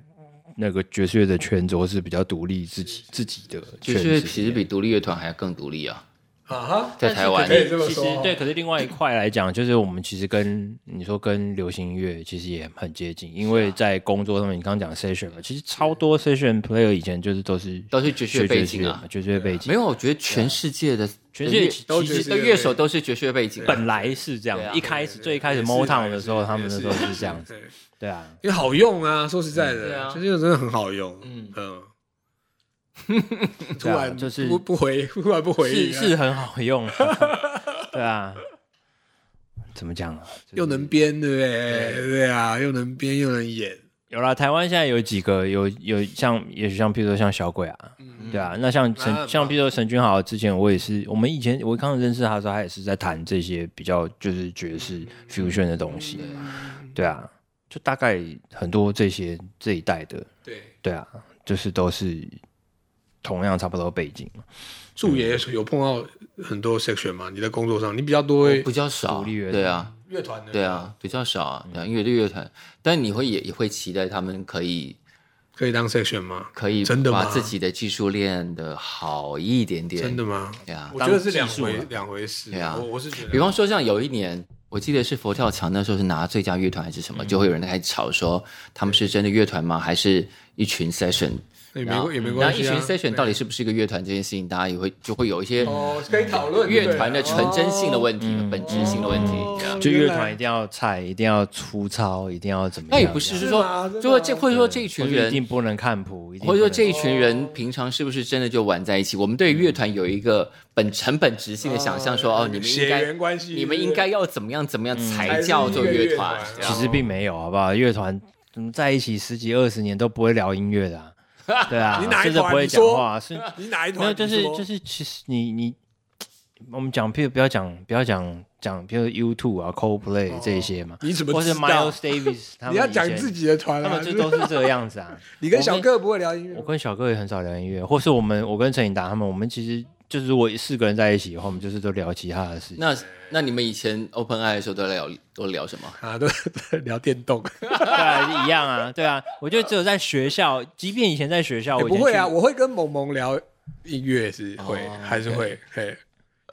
Speaker 1: 那个爵士乐的圈子，或是比较独立自己自己的
Speaker 3: 爵
Speaker 1: 圈
Speaker 3: 士乐
Speaker 1: 子
Speaker 3: 其实比独立乐团还要更独立啊，
Speaker 2: 啊哈，
Speaker 3: 在台湾
Speaker 1: 但是
Speaker 2: 可以这么
Speaker 1: 其实
Speaker 2: 说哦
Speaker 1: 对，可是另外一块来讲，就是我们其实跟你说跟流行音乐其实也很接近，因
Speaker 3: 啊
Speaker 1: 为在工作上面，你刚刚讲 session 嘛，其实超多 session player 以前就是都是
Speaker 3: 都是爵士
Speaker 1: 学
Speaker 3: 乐
Speaker 1: 爵
Speaker 3: 背
Speaker 1: 士
Speaker 3: 景
Speaker 1: 乐
Speaker 3: 啊
Speaker 1: 嘛，。爵士乐背景
Speaker 3: 没有，我觉得全世界的
Speaker 1: 全世界
Speaker 3: 的乐
Speaker 2: 都
Speaker 3: 其实
Speaker 2: 爵士
Speaker 3: 的
Speaker 2: 乐
Speaker 3: 乐手都是爵士乐背景啊，
Speaker 1: 本来是这样
Speaker 3: 对啊，啊
Speaker 1: 一开始最一开始
Speaker 2: 也是
Speaker 1: Motown
Speaker 2: 也
Speaker 1: 的
Speaker 2: 是
Speaker 1: 时候，他们
Speaker 2: 也
Speaker 1: 那时候是这样子，嗯
Speaker 2: 对
Speaker 1: 对啊，
Speaker 2: 因为好用啊，说实在
Speaker 3: 对
Speaker 2: 的，
Speaker 3: 啊
Speaker 2: 就是真的很好用，
Speaker 3: 嗯
Speaker 2: 嗯。突
Speaker 1: 对啊
Speaker 2: 然
Speaker 1: 就是
Speaker 2: 不不回，突然不回
Speaker 1: 是
Speaker 2: 应啊，
Speaker 1: 是很好用， 对啊，怎么讲啊？就是
Speaker 2: 又能编，对不对？对啊，又能编又能演，
Speaker 1: 有啦，台湾现在有几个有有像，也许像譬如说像小鬼啊，
Speaker 2: 嗯
Speaker 1: 对啊，那像陈、
Speaker 2: 啊
Speaker 1: 像譬如说陈君豪，之前我也是，我们以前我刚认识他的时候，他也是在谈这些比较就是爵
Speaker 2: 嗯
Speaker 1: 士 fusion 的东西，对啊，就大概很多这些这一代的，
Speaker 2: 对。
Speaker 1: 对啊，就是都是同样差不多背景嘛，
Speaker 2: 助也有碰到很多 section 嘛？你在工作上，你比较多会
Speaker 3: 比较少，
Speaker 1: 独立乐团
Speaker 3: 对啊，
Speaker 2: 乐团的，
Speaker 3: 对，啊，比较少啊，对啊，因为乐团，但你会也也会期待他们可以
Speaker 2: 可以当 section 吗？
Speaker 3: 可以
Speaker 2: 真的吗
Speaker 3: 把自己的技术练得好一点点，
Speaker 2: 真的吗？
Speaker 3: 对啊
Speaker 2: 我。觉得是
Speaker 1: 当
Speaker 2: 两
Speaker 1: 技术
Speaker 2: 回
Speaker 1: 了
Speaker 2: 两回事。
Speaker 3: 对啊
Speaker 2: 我我是觉得，
Speaker 3: 比方说，像有一年，我记得是佛跳墙那时候是拿最佳乐团还是什么，就会有人开始吵说他们是真的乐团吗？还是一群 session？
Speaker 2: 也
Speaker 3: 然后
Speaker 2: 没也没
Speaker 3: 然
Speaker 2: 关
Speaker 3: 后一
Speaker 2: 系
Speaker 3: 群
Speaker 2: 啊。
Speaker 3: session 到底是不是一个乐团这件事情，大家也会就会有一些
Speaker 2: 哦，可以讨论
Speaker 3: 乐团的纯真性的问题、
Speaker 1: 嗯
Speaker 3: 本质性的问题。
Speaker 2: 哦
Speaker 3: 对啊
Speaker 1: 就
Speaker 2: 原
Speaker 1: 乐
Speaker 2: 来
Speaker 1: 团一定要菜，一定要粗糙，一定要怎么样？
Speaker 3: 那也不是，
Speaker 1: 这
Speaker 3: 是
Speaker 1: 样
Speaker 2: 是吗
Speaker 3: 说，
Speaker 2: 啊真的
Speaker 3: 就说
Speaker 2: 吗
Speaker 3: 这或者说这一群
Speaker 1: 或者一
Speaker 2: 啊
Speaker 3: 人，
Speaker 1: 定不能看谱，一定
Speaker 3: 或
Speaker 1: 不
Speaker 3: 者说
Speaker 1: 能
Speaker 3: 这一群人平常是不是真的就玩在一起？我们对于乐团有一个本成本质性的想象，说哦，你们应
Speaker 2: 血缘
Speaker 3: 该
Speaker 2: 关系，嗯
Speaker 3: 你们应该要怎么样怎么样才
Speaker 2: 才是
Speaker 3: 叫做
Speaker 2: 一个
Speaker 3: 乐
Speaker 2: 乐
Speaker 3: 团
Speaker 2: 团？
Speaker 3: 对啊
Speaker 1: 其实并没有，好不好？乐团嗯在一起十几二十年都不会聊音乐的、 啊，对啊，
Speaker 2: 你哪一
Speaker 1: 甚至
Speaker 2: 团
Speaker 1: 不会
Speaker 2: 你
Speaker 1: 讲
Speaker 2: 说
Speaker 1: 话，是
Speaker 2: 你哪一
Speaker 1: 没有，
Speaker 2: 团？
Speaker 1: 就是
Speaker 2: 你说
Speaker 1: 就是，其实你你我们讲，譬如不要讲不要讲讲，比如 U two 啊、Coldplay 这些嘛，
Speaker 2: 哦你怎么
Speaker 1: 或是
Speaker 2: 知道
Speaker 1: Miles Davis，他们
Speaker 2: 你要
Speaker 1: 以
Speaker 2: 讲
Speaker 1: 前
Speaker 2: 自，己的团
Speaker 1: 他
Speaker 2: 啊
Speaker 1: 们，就都是这个样子 啊。
Speaker 2: 你跟小哥不会聊音乐
Speaker 1: 我，跟小哥也很少聊音乐，或是我们我跟陈颖达他们，我们其实就是如果四个人在一起的话，我们就是都聊其他的事情。
Speaker 3: 那
Speaker 2: 哎
Speaker 3: 那你们以前 Open Eye 的时候都在聊都聊什么？
Speaker 2: 啊，都聊电动。
Speaker 1: 对啊，一样啊，对啊。我觉得只有在学校，即便以前在学校，
Speaker 2: 也
Speaker 1: 我以
Speaker 2: 不
Speaker 1: 前
Speaker 2: 会啊，
Speaker 1: 去
Speaker 2: 我会跟萌萌聊音乐是会、
Speaker 3: 哦
Speaker 2: 还是会嘿，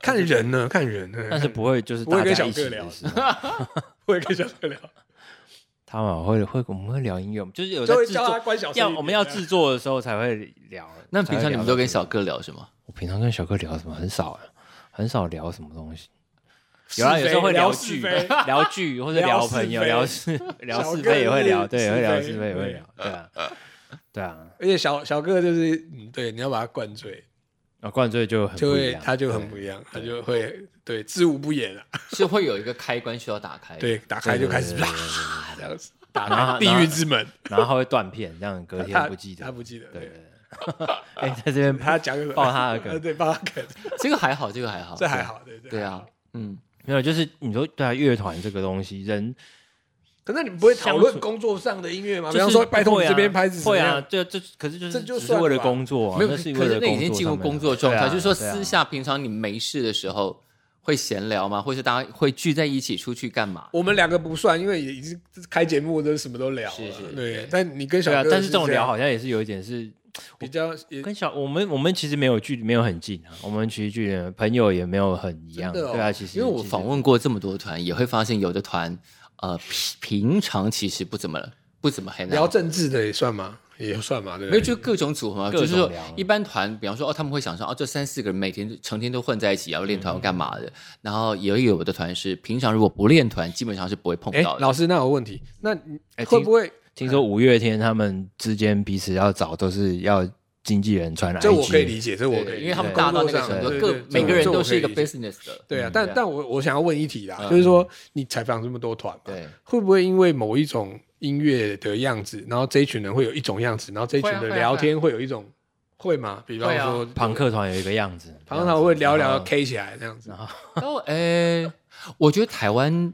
Speaker 2: 看人呢，看人呢，
Speaker 1: 但是不会就是
Speaker 2: 不会
Speaker 1: 大
Speaker 2: 跟
Speaker 1: 家
Speaker 2: 小
Speaker 1: 一起
Speaker 2: 哥
Speaker 1: 的
Speaker 2: 聊
Speaker 1: 时候
Speaker 2: 不会跟小哥聊，
Speaker 1: 他们会会我们会聊音乐，我们就是有在
Speaker 2: 就会
Speaker 1: 制
Speaker 2: 叫他
Speaker 1: 作，
Speaker 2: 关小声一
Speaker 1: 要
Speaker 2: 点。
Speaker 1: 我们要制作的时候才会 聊。
Speaker 3: 那
Speaker 1: 才会
Speaker 3: 平常你
Speaker 1: 聊
Speaker 3: 们
Speaker 1: 到
Speaker 3: 都跟
Speaker 1: 这个
Speaker 3: 小哥聊什么？
Speaker 1: 我平常跟小哥聊什么很少啊，很少聊什么东西。
Speaker 2: 是
Speaker 1: 有啊，
Speaker 2: 非
Speaker 1: 有时候会
Speaker 2: 聊
Speaker 1: 剧，
Speaker 2: 是非
Speaker 1: 聊剧或者
Speaker 2: 聊
Speaker 1: 聊
Speaker 2: 是
Speaker 1: 朋友，
Speaker 2: 非
Speaker 1: 聊是 聊
Speaker 2: 小
Speaker 1: 是
Speaker 2: 哥
Speaker 1: 非也会聊，
Speaker 2: 是
Speaker 1: 对，
Speaker 2: 是
Speaker 1: 会聊
Speaker 2: 非
Speaker 1: 是非也会
Speaker 2: 对
Speaker 1: 聊，对啊，对啊。
Speaker 2: 而且小小哥就是，嗯对，你要把他灌醉，
Speaker 1: 啊，灌醉就很
Speaker 2: 就
Speaker 1: 不一
Speaker 2: 会
Speaker 1: 样
Speaker 2: 他就很不一样，他就会对知无不言啊，
Speaker 3: 是会有一个开关需要打开。
Speaker 2: 对，打开就开始
Speaker 1: 对对
Speaker 2: 啪
Speaker 1: 对对对对
Speaker 2: 这样子，打
Speaker 1: 然
Speaker 2: 开
Speaker 1: 后
Speaker 2: 地狱之门，
Speaker 1: 然后他会断片，这样隔天
Speaker 2: 他
Speaker 1: 不记得，
Speaker 2: 他不记得，
Speaker 1: 对对
Speaker 2: 对，
Speaker 1: 对。哎，在这边
Speaker 2: 他讲个
Speaker 1: 爆他的梗
Speaker 2: 呃对，爆他梗，
Speaker 3: 这个还好，这个还好，
Speaker 2: 这还好，对
Speaker 3: 对，对啊，嗯，
Speaker 1: 没有，就是你说对啊，乐团这个东西，人
Speaker 2: 可是你们不会讨论
Speaker 1: 相处
Speaker 2: 工作上的音乐吗？
Speaker 1: 就
Speaker 2: 比方
Speaker 1: 是
Speaker 2: 说，拜托
Speaker 1: 会
Speaker 2: 你
Speaker 1: 啊
Speaker 2: 这边拍子怎么
Speaker 1: 会
Speaker 2: 样
Speaker 1: 啊，对啊，这可是就是
Speaker 2: 这就
Speaker 1: 只是
Speaker 2: 算
Speaker 1: 为了
Speaker 2: 吧
Speaker 1: 工作啊，
Speaker 3: 没有，
Speaker 1: 那
Speaker 3: 可
Speaker 1: 是
Speaker 3: 是
Speaker 1: 为了
Speaker 3: 那已经
Speaker 1: 工
Speaker 3: 进
Speaker 1: 上
Speaker 3: 入
Speaker 1: 面
Speaker 3: 工
Speaker 1: 的
Speaker 3: 作状
Speaker 1: 对啊
Speaker 3: 态，就是说
Speaker 1: 对啊
Speaker 3: 私下平常你没事的时候会闲聊吗？或是大家会聚在一起出去干嘛？
Speaker 2: 我们两个不算，因为也已经开节目都什么都聊了，
Speaker 3: 是是
Speaker 2: 对
Speaker 3: 对。
Speaker 2: 但你跟小
Speaker 1: 对啊
Speaker 2: 哥，
Speaker 1: 但是这种
Speaker 2: 样
Speaker 1: 聊好像也是有一点是
Speaker 2: 比较也
Speaker 1: 跟小我们我们其实没有距离没有很近啊，我们其实距离朋友也没有很一样，
Speaker 2: 真的哦
Speaker 1: 对啊，其实
Speaker 3: 因为我
Speaker 1: 其实
Speaker 3: 访问过这么多团，也会发现有的团，呃，平平常其实不怎么不怎么很
Speaker 2: 聊政治的也算吗？也算嘛，对不
Speaker 3: 没有，
Speaker 2: 对？
Speaker 3: 就各种组合嘛，
Speaker 1: 各
Speaker 3: 就
Speaker 1: 种
Speaker 3: 是说
Speaker 1: 聊
Speaker 3: 一般团，比方说哦，他们会想说哦，这三四个人每天成天都混在一起，然后练团干嘛的。然后也有的团是平常如果不练团，基本上是不会碰
Speaker 2: 哎
Speaker 3: 到，的。
Speaker 2: 老师，那有问题，那你
Speaker 1: 哎
Speaker 2: 会不会？
Speaker 1: 听说五月天他们之间彼此要找都是要经纪人传 IG，
Speaker 2: 这我可以理解，这我可以理
Speaker 3: 哎对，
Speaker 2: 解，
Speaker 3: 因为他们
Speaker 1: 对
Speaker 3: 大到那
Speaker 2: 工
Speaker 3: 个
Speaker 2: 作上
Speaker 3: 程度，
Speaker 2: 对
Speaker 3: 各
Speaker 2: 对对
Speaker 3: 每个人
Speaker 2: 这我
Speaker 3: 都是一个
Speaker 2: 这我可以理解
Speaker 3: business 的。
Speaker 2: 对啊
Speaker 3: 嗯，
Speaker 2: 但
Speaker 3: 对啊
Speaker 2: 但我我想要问一题啦，
Speaker 3: 嗯
Speaker 2: 就是说你采访这么多团嘛，
Speaker 3: 对，
Speaker 2: 会不会因为某一种音乐的样子，然后这一群人会有一种样子，然后这一群
Speaker 3: 会啊
Speaker 2: 人
Speaker 3: 会啊
Speaker 2: 聊天会有一种会吗？比方
Speaker 3: 会啊嗯
Speaker 2: 说
Speaker 1: 朋，克团有一个样子，
Speaker 2: 常常会聊
Speaker 1: 然
Speaker 2: 聊
Speaker 1: 后
Speaker 2: K 起来这样子，
Speaker 3: 然后诶，我觉得台湾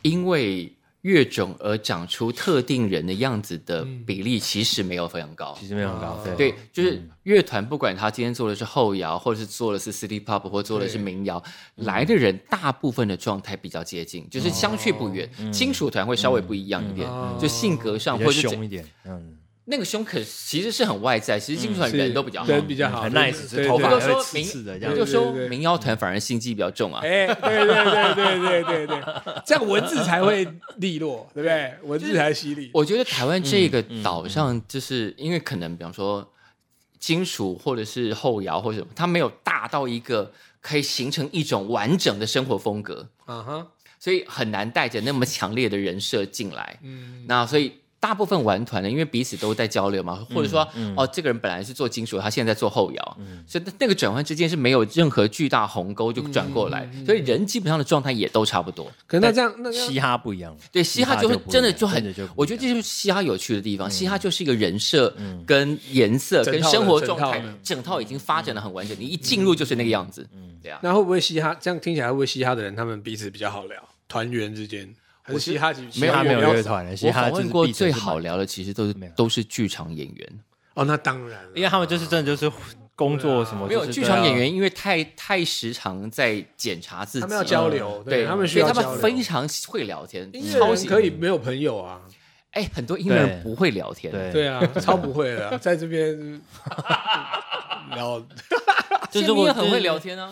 Speaker 3: 因为乐种而长出特定人的样子的比例，其实没有非常高。
Speaker 1: 其实没有很高，对
Speaker 3: 对，就是乐团，不管他今天做的是后摇，或者是做的是 City Pop，或做的是民谣，来的人大部分的状态比较接近，就是相去不远。金属团会稍微不一样一点，
Speaker 2: 嗯
Speaker 3: 就性格上
Speaker 1: 比
Speaker 3: 或
Speaker 1: 较
Speaker 3: 者
Speaker 1: 凶一点，嗯，
Speaker 3: 那个凶，可其实是很外在。其实金属团
Speaker 2: 嗯是
Speaker 3: 人都比较好，
Speaker 2: 人比较好，
Speaker 1: 很
Speaker 2: 对
Speaker 1: nice，
Speaker 2: 对
Speaker 1: 是头
Speaker 2: 对
Speaker 1: 发
Speaker 3: 就
Speaker 1: 还
Speaker 2: 对
Speaker 3: 说
Speaker 1: 会刺刺的这样
Speaker 3: 就
Speaker 1: 子，
Speaker 3: 说
Speaker 2: 对对对
Speaker 3: 民谣团反而心机比较重啊。
Speaker 2: 哎，对对对对对对对，这样文字才会利落，对不对？文字才犀利。
Speaker 3: 我觉得台湾
Speaker 2: 嗯
Speaker 3: 这个岛上，就是因为可能，比方说金属或者是后摇或者什么，它没有大到一个可以形成一种完整的生活风格，
Speaker 2: 啊哈，
Speaker 3: 所以很难带着那么强烈的人设进来。
Speaker 2: 嗯，
Speaker 3: 那所以。大部分玩团的，因为彼此都在交流嘛，或者说，
Speaker 2: 嗯
Speaker 3: 哦，这个人本来是做金属，他现在在做后摇，所以那个转换之间是没有任何巨大鸿沟就转过
Speaker 2: 嗯
Speaker 3: 来，所以人基本上的状态也都差不多。
Speaker 2: 可那这样那这样
Speaker 1: 嘻哈不一样，
Speaker 3: 对，嘻哈就
Speaker 1: 就
Speaker 3: 会
Speaker 1: 不一
Speaker 3: 真的
Speaker 1: 样
Speaker 3: 就
Speaker 1: 真
Speaker 3: 很，
Speaker 1: 的就不
Speaker 3: 我
Speaker 1: 一
Speaker 3: 觉
Speaker 1: 样嗯
Speaker 3: 得这就是嘻哈有趣的地方。嘻哈就是一个人设、跟颜色、
Speaker 2: 整
Speaker 3: 跟
Speaker 2: 套的
Speaker 3: 生活
Speaker 2: 整
Speaker 3: 状
Speaker 2: 套
Speaker 3: 态
Speaker 2: 的，
Speaker 3: 整套已经发展的很
Speaker 1: 嗯
Speaker 3: 完整。你一进入就是那个样子，嗯，对啊。
Speaker 2: 那会不会嘻哈？这样听起来会不会嘻哈的人他们彼此比较好聊？团员之间，还是嘻哈其实
Speaker 1: 嘻哈没有
Speaker 2: 比较
Speaker 1: 乐团的，嘻
Speaker 3: 我
Speaker 1: 哈
Speaker 3: 访
Speaker 1: 就是
Speaker 3: 问过
Speaker 1: 闭嘴
Speaker 3: 最
Speaker 1: 是
Speaker 3: 好聊的，其实都是
Speaker 1: 没有
Speaker 3: 都是剧场演员，
Speaker 2: 哦，那当然了，
Speaker 1: 因为他们就是真的就是工作什么，
Speaker 3: 没有
Speaker 1: 就是
Speaker 3: 剧
Speaker 1: 对
Speaker 3: 场
Speaker 1: 啊
Speaker 3: 演员，因为太太时常在检查自己，
Speaker 2: 他
Speaker 3: 啊
Speaker 2: 们要交流，
Speaker 3: 对
Speaker 2: 他们需
Speaker 3: 所以
Speaker 2: 要
Speaker 3: 他
Speaker 2: 交
Speaker 3: 们
Speaker 2: 流
Speaker 3: 非。常会聊天
Speaker 2: 音，乐
Speaker 3: 超
Speaker 2: 人
Speaker 3: 级
Speaker 2: 可以没有朋友啊，
Speaker 3: 哎，很多音乐人
Speaker 1: 对
Speaker 3: 不会聊天，
Speaker 1: 对
Speaker 2: 对啊，超不会的啊，在这边 聊，
Speaker 1: 就
Speaker 3: 就是是
Speaker 1: 如
Speaker 3: 你
Speaker 1: 果
Speaker 3: 啊也很会聊天啊。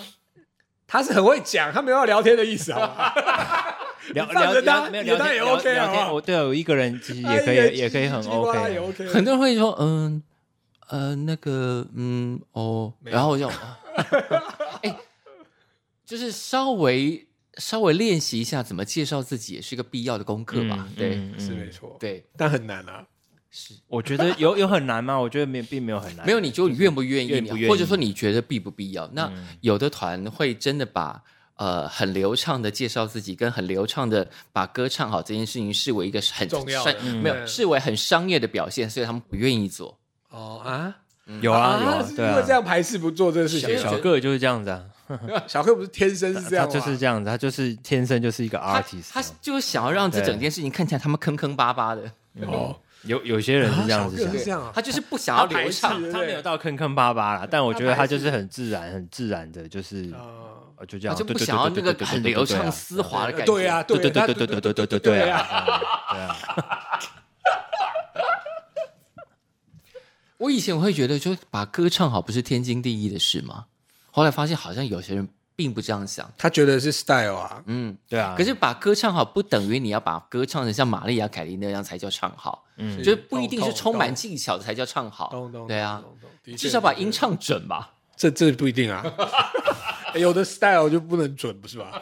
Speaker 2: 他是很会讲，他没有要聊天的意思，好吧？
Speaker 1: 聊
Speaker 2: 你放
Speaker 1: 聊
Speaker 2: 着
Speaker 1: 聊
Speaker 2: 当
Speaker 1: 没有
Speaker 2: 你
Speaker 1: 聊
Speaker 2: 当
Speaker 1: 天
Speaker 2: 也
Speaker 1: 聊
Speaker 2: OK
Speaker 1: 聊
Speaker 2: 好不
Speaker 1: 天
Speaker 2: 好
Speaker 1: 我对啊，我一个人其实也可
Speaker 2: 哎
Speaker 1: 以，也可以很
Speaker 2: 叽叽呱啦
Speaker 1: OK
Speaker 2: 也
Speaker 1: 啊。
Speaker 2: OK，
Speaker 3: 很多人会说，嗯，呃，那个，嗯，哦，然后我就， 哦哎、就是稍微稍微练习一下怎么介绍自己，也是一个必要的功课吧。
Speaker 1: 嗯
Speaker 3: 对、
Speaker 1: 嗯嗯
Speaker 2: 是没错，
Speaker 3: 对，
Speaker 2: 但很难啊。
Speaker 1: 我觉得有有很难吗？我觉得没并没有很难，
Speaker 3: 没有你就你愿不愿意，啊
Speaker 1: 愿不愿意嗯
Speaker 3: 或者说你觉得必不必要？那有的团会真的把。呃，很流畅的介绍自己，跟很流畅的把歌唱好这件事情视为一个很
Speaker 2: 重要的
Speaker 3: 商
Speaker 2: 嗯
Speaker 3: 没有
Speaker 2: 对
Speaker 3: 视为很商业的表现，所以他们不愿意做。
Speaker 2: 哦啊，
Speaker 1: 有啊有啊
Speaker 2: 是，
Speaker 1: 对
Speaker 2: 因为这
Speaker 1: 啊。
Speaker 2: 样排斥不做这个事情
Speaker 1: 小
Speaker 2: 啊。
Speaker 1: 个就是这样子啊，
Speaker 2: 小克不是天生是
Speaker 1: 他
Speaker 2: 这样吗，啊
Speaker 1: 就是这样子，他就是天生就是一个
Speaker 3: 他
Speaker 1: artist
Speaker 3: 他
Speaker 1: 啊。
Speaker 3: 就是想要让这
Speaker 1: 对
Speaker 3: 整件事情看起来他们坑坑巴巴的，
Speaker 1: 嗯
Speaker 2: 哦，
Speaker 1: 有有些人是这样子
Speaker 2: 小个是这
Speaker 1: 想，
Speaker 2: 样啊
Speaker 3: 他。就是不想要
Speaker 2: 他排
Speaker 3: 流
Speaker 2: 斥
Speaker 3: 畅。
Speaker 2: 对
Speaker 1: 他没有到坑坑巴巴啦，但我觉得
Speaker 2: 他
Speaker 1: 他
Speaker 2: 还
Speaker 1: 就
Speaker 2: 是
Speaker 1: 是很自然、很自然的，就是
Speaker 2: 啊
Speaker 1: 呃就这
Speaker 3: 他
Speaker 1: 样，
Speaker 3: 就
Speaker 1: 对啊
Speaker 3: 不想要那个很流畅、，丝滑的感觉。
Speaker 2: 对啊，
Speaker 1: 对对
Speaker 2: 他
Speaker 1: 对对对对对对对对
Speaker 2: 对
Speaker 1: 啊
Speaker 2: 啊！
Speaker 1: 对啊，
Speaker 3: 我以前我会觉得，就把歌唱好不是天经地义的事吗？后来发现好像有些人并不这样想。
Speaker 2: 他觉得是 style 啊，
Speaker 3: 嗯，
Speaker 1: 对啊。
Speaker 3: 可是把歌唱好不等于你要把歌唱的像玛丽亚·凯莉那样才叫唱好，
Speaker 1: 嗯
Speaker 3: 就是不一定是充满技巧的才叫唱好
Speaker 2: 懂。懂，
Speaker 3: 对啊
Speaker 2: 懂，，懂懂
Speaker 3: 至少把音唱准吧。
Speaker 2: 这这不一定 啊，有的 style 就不能准，不是吧？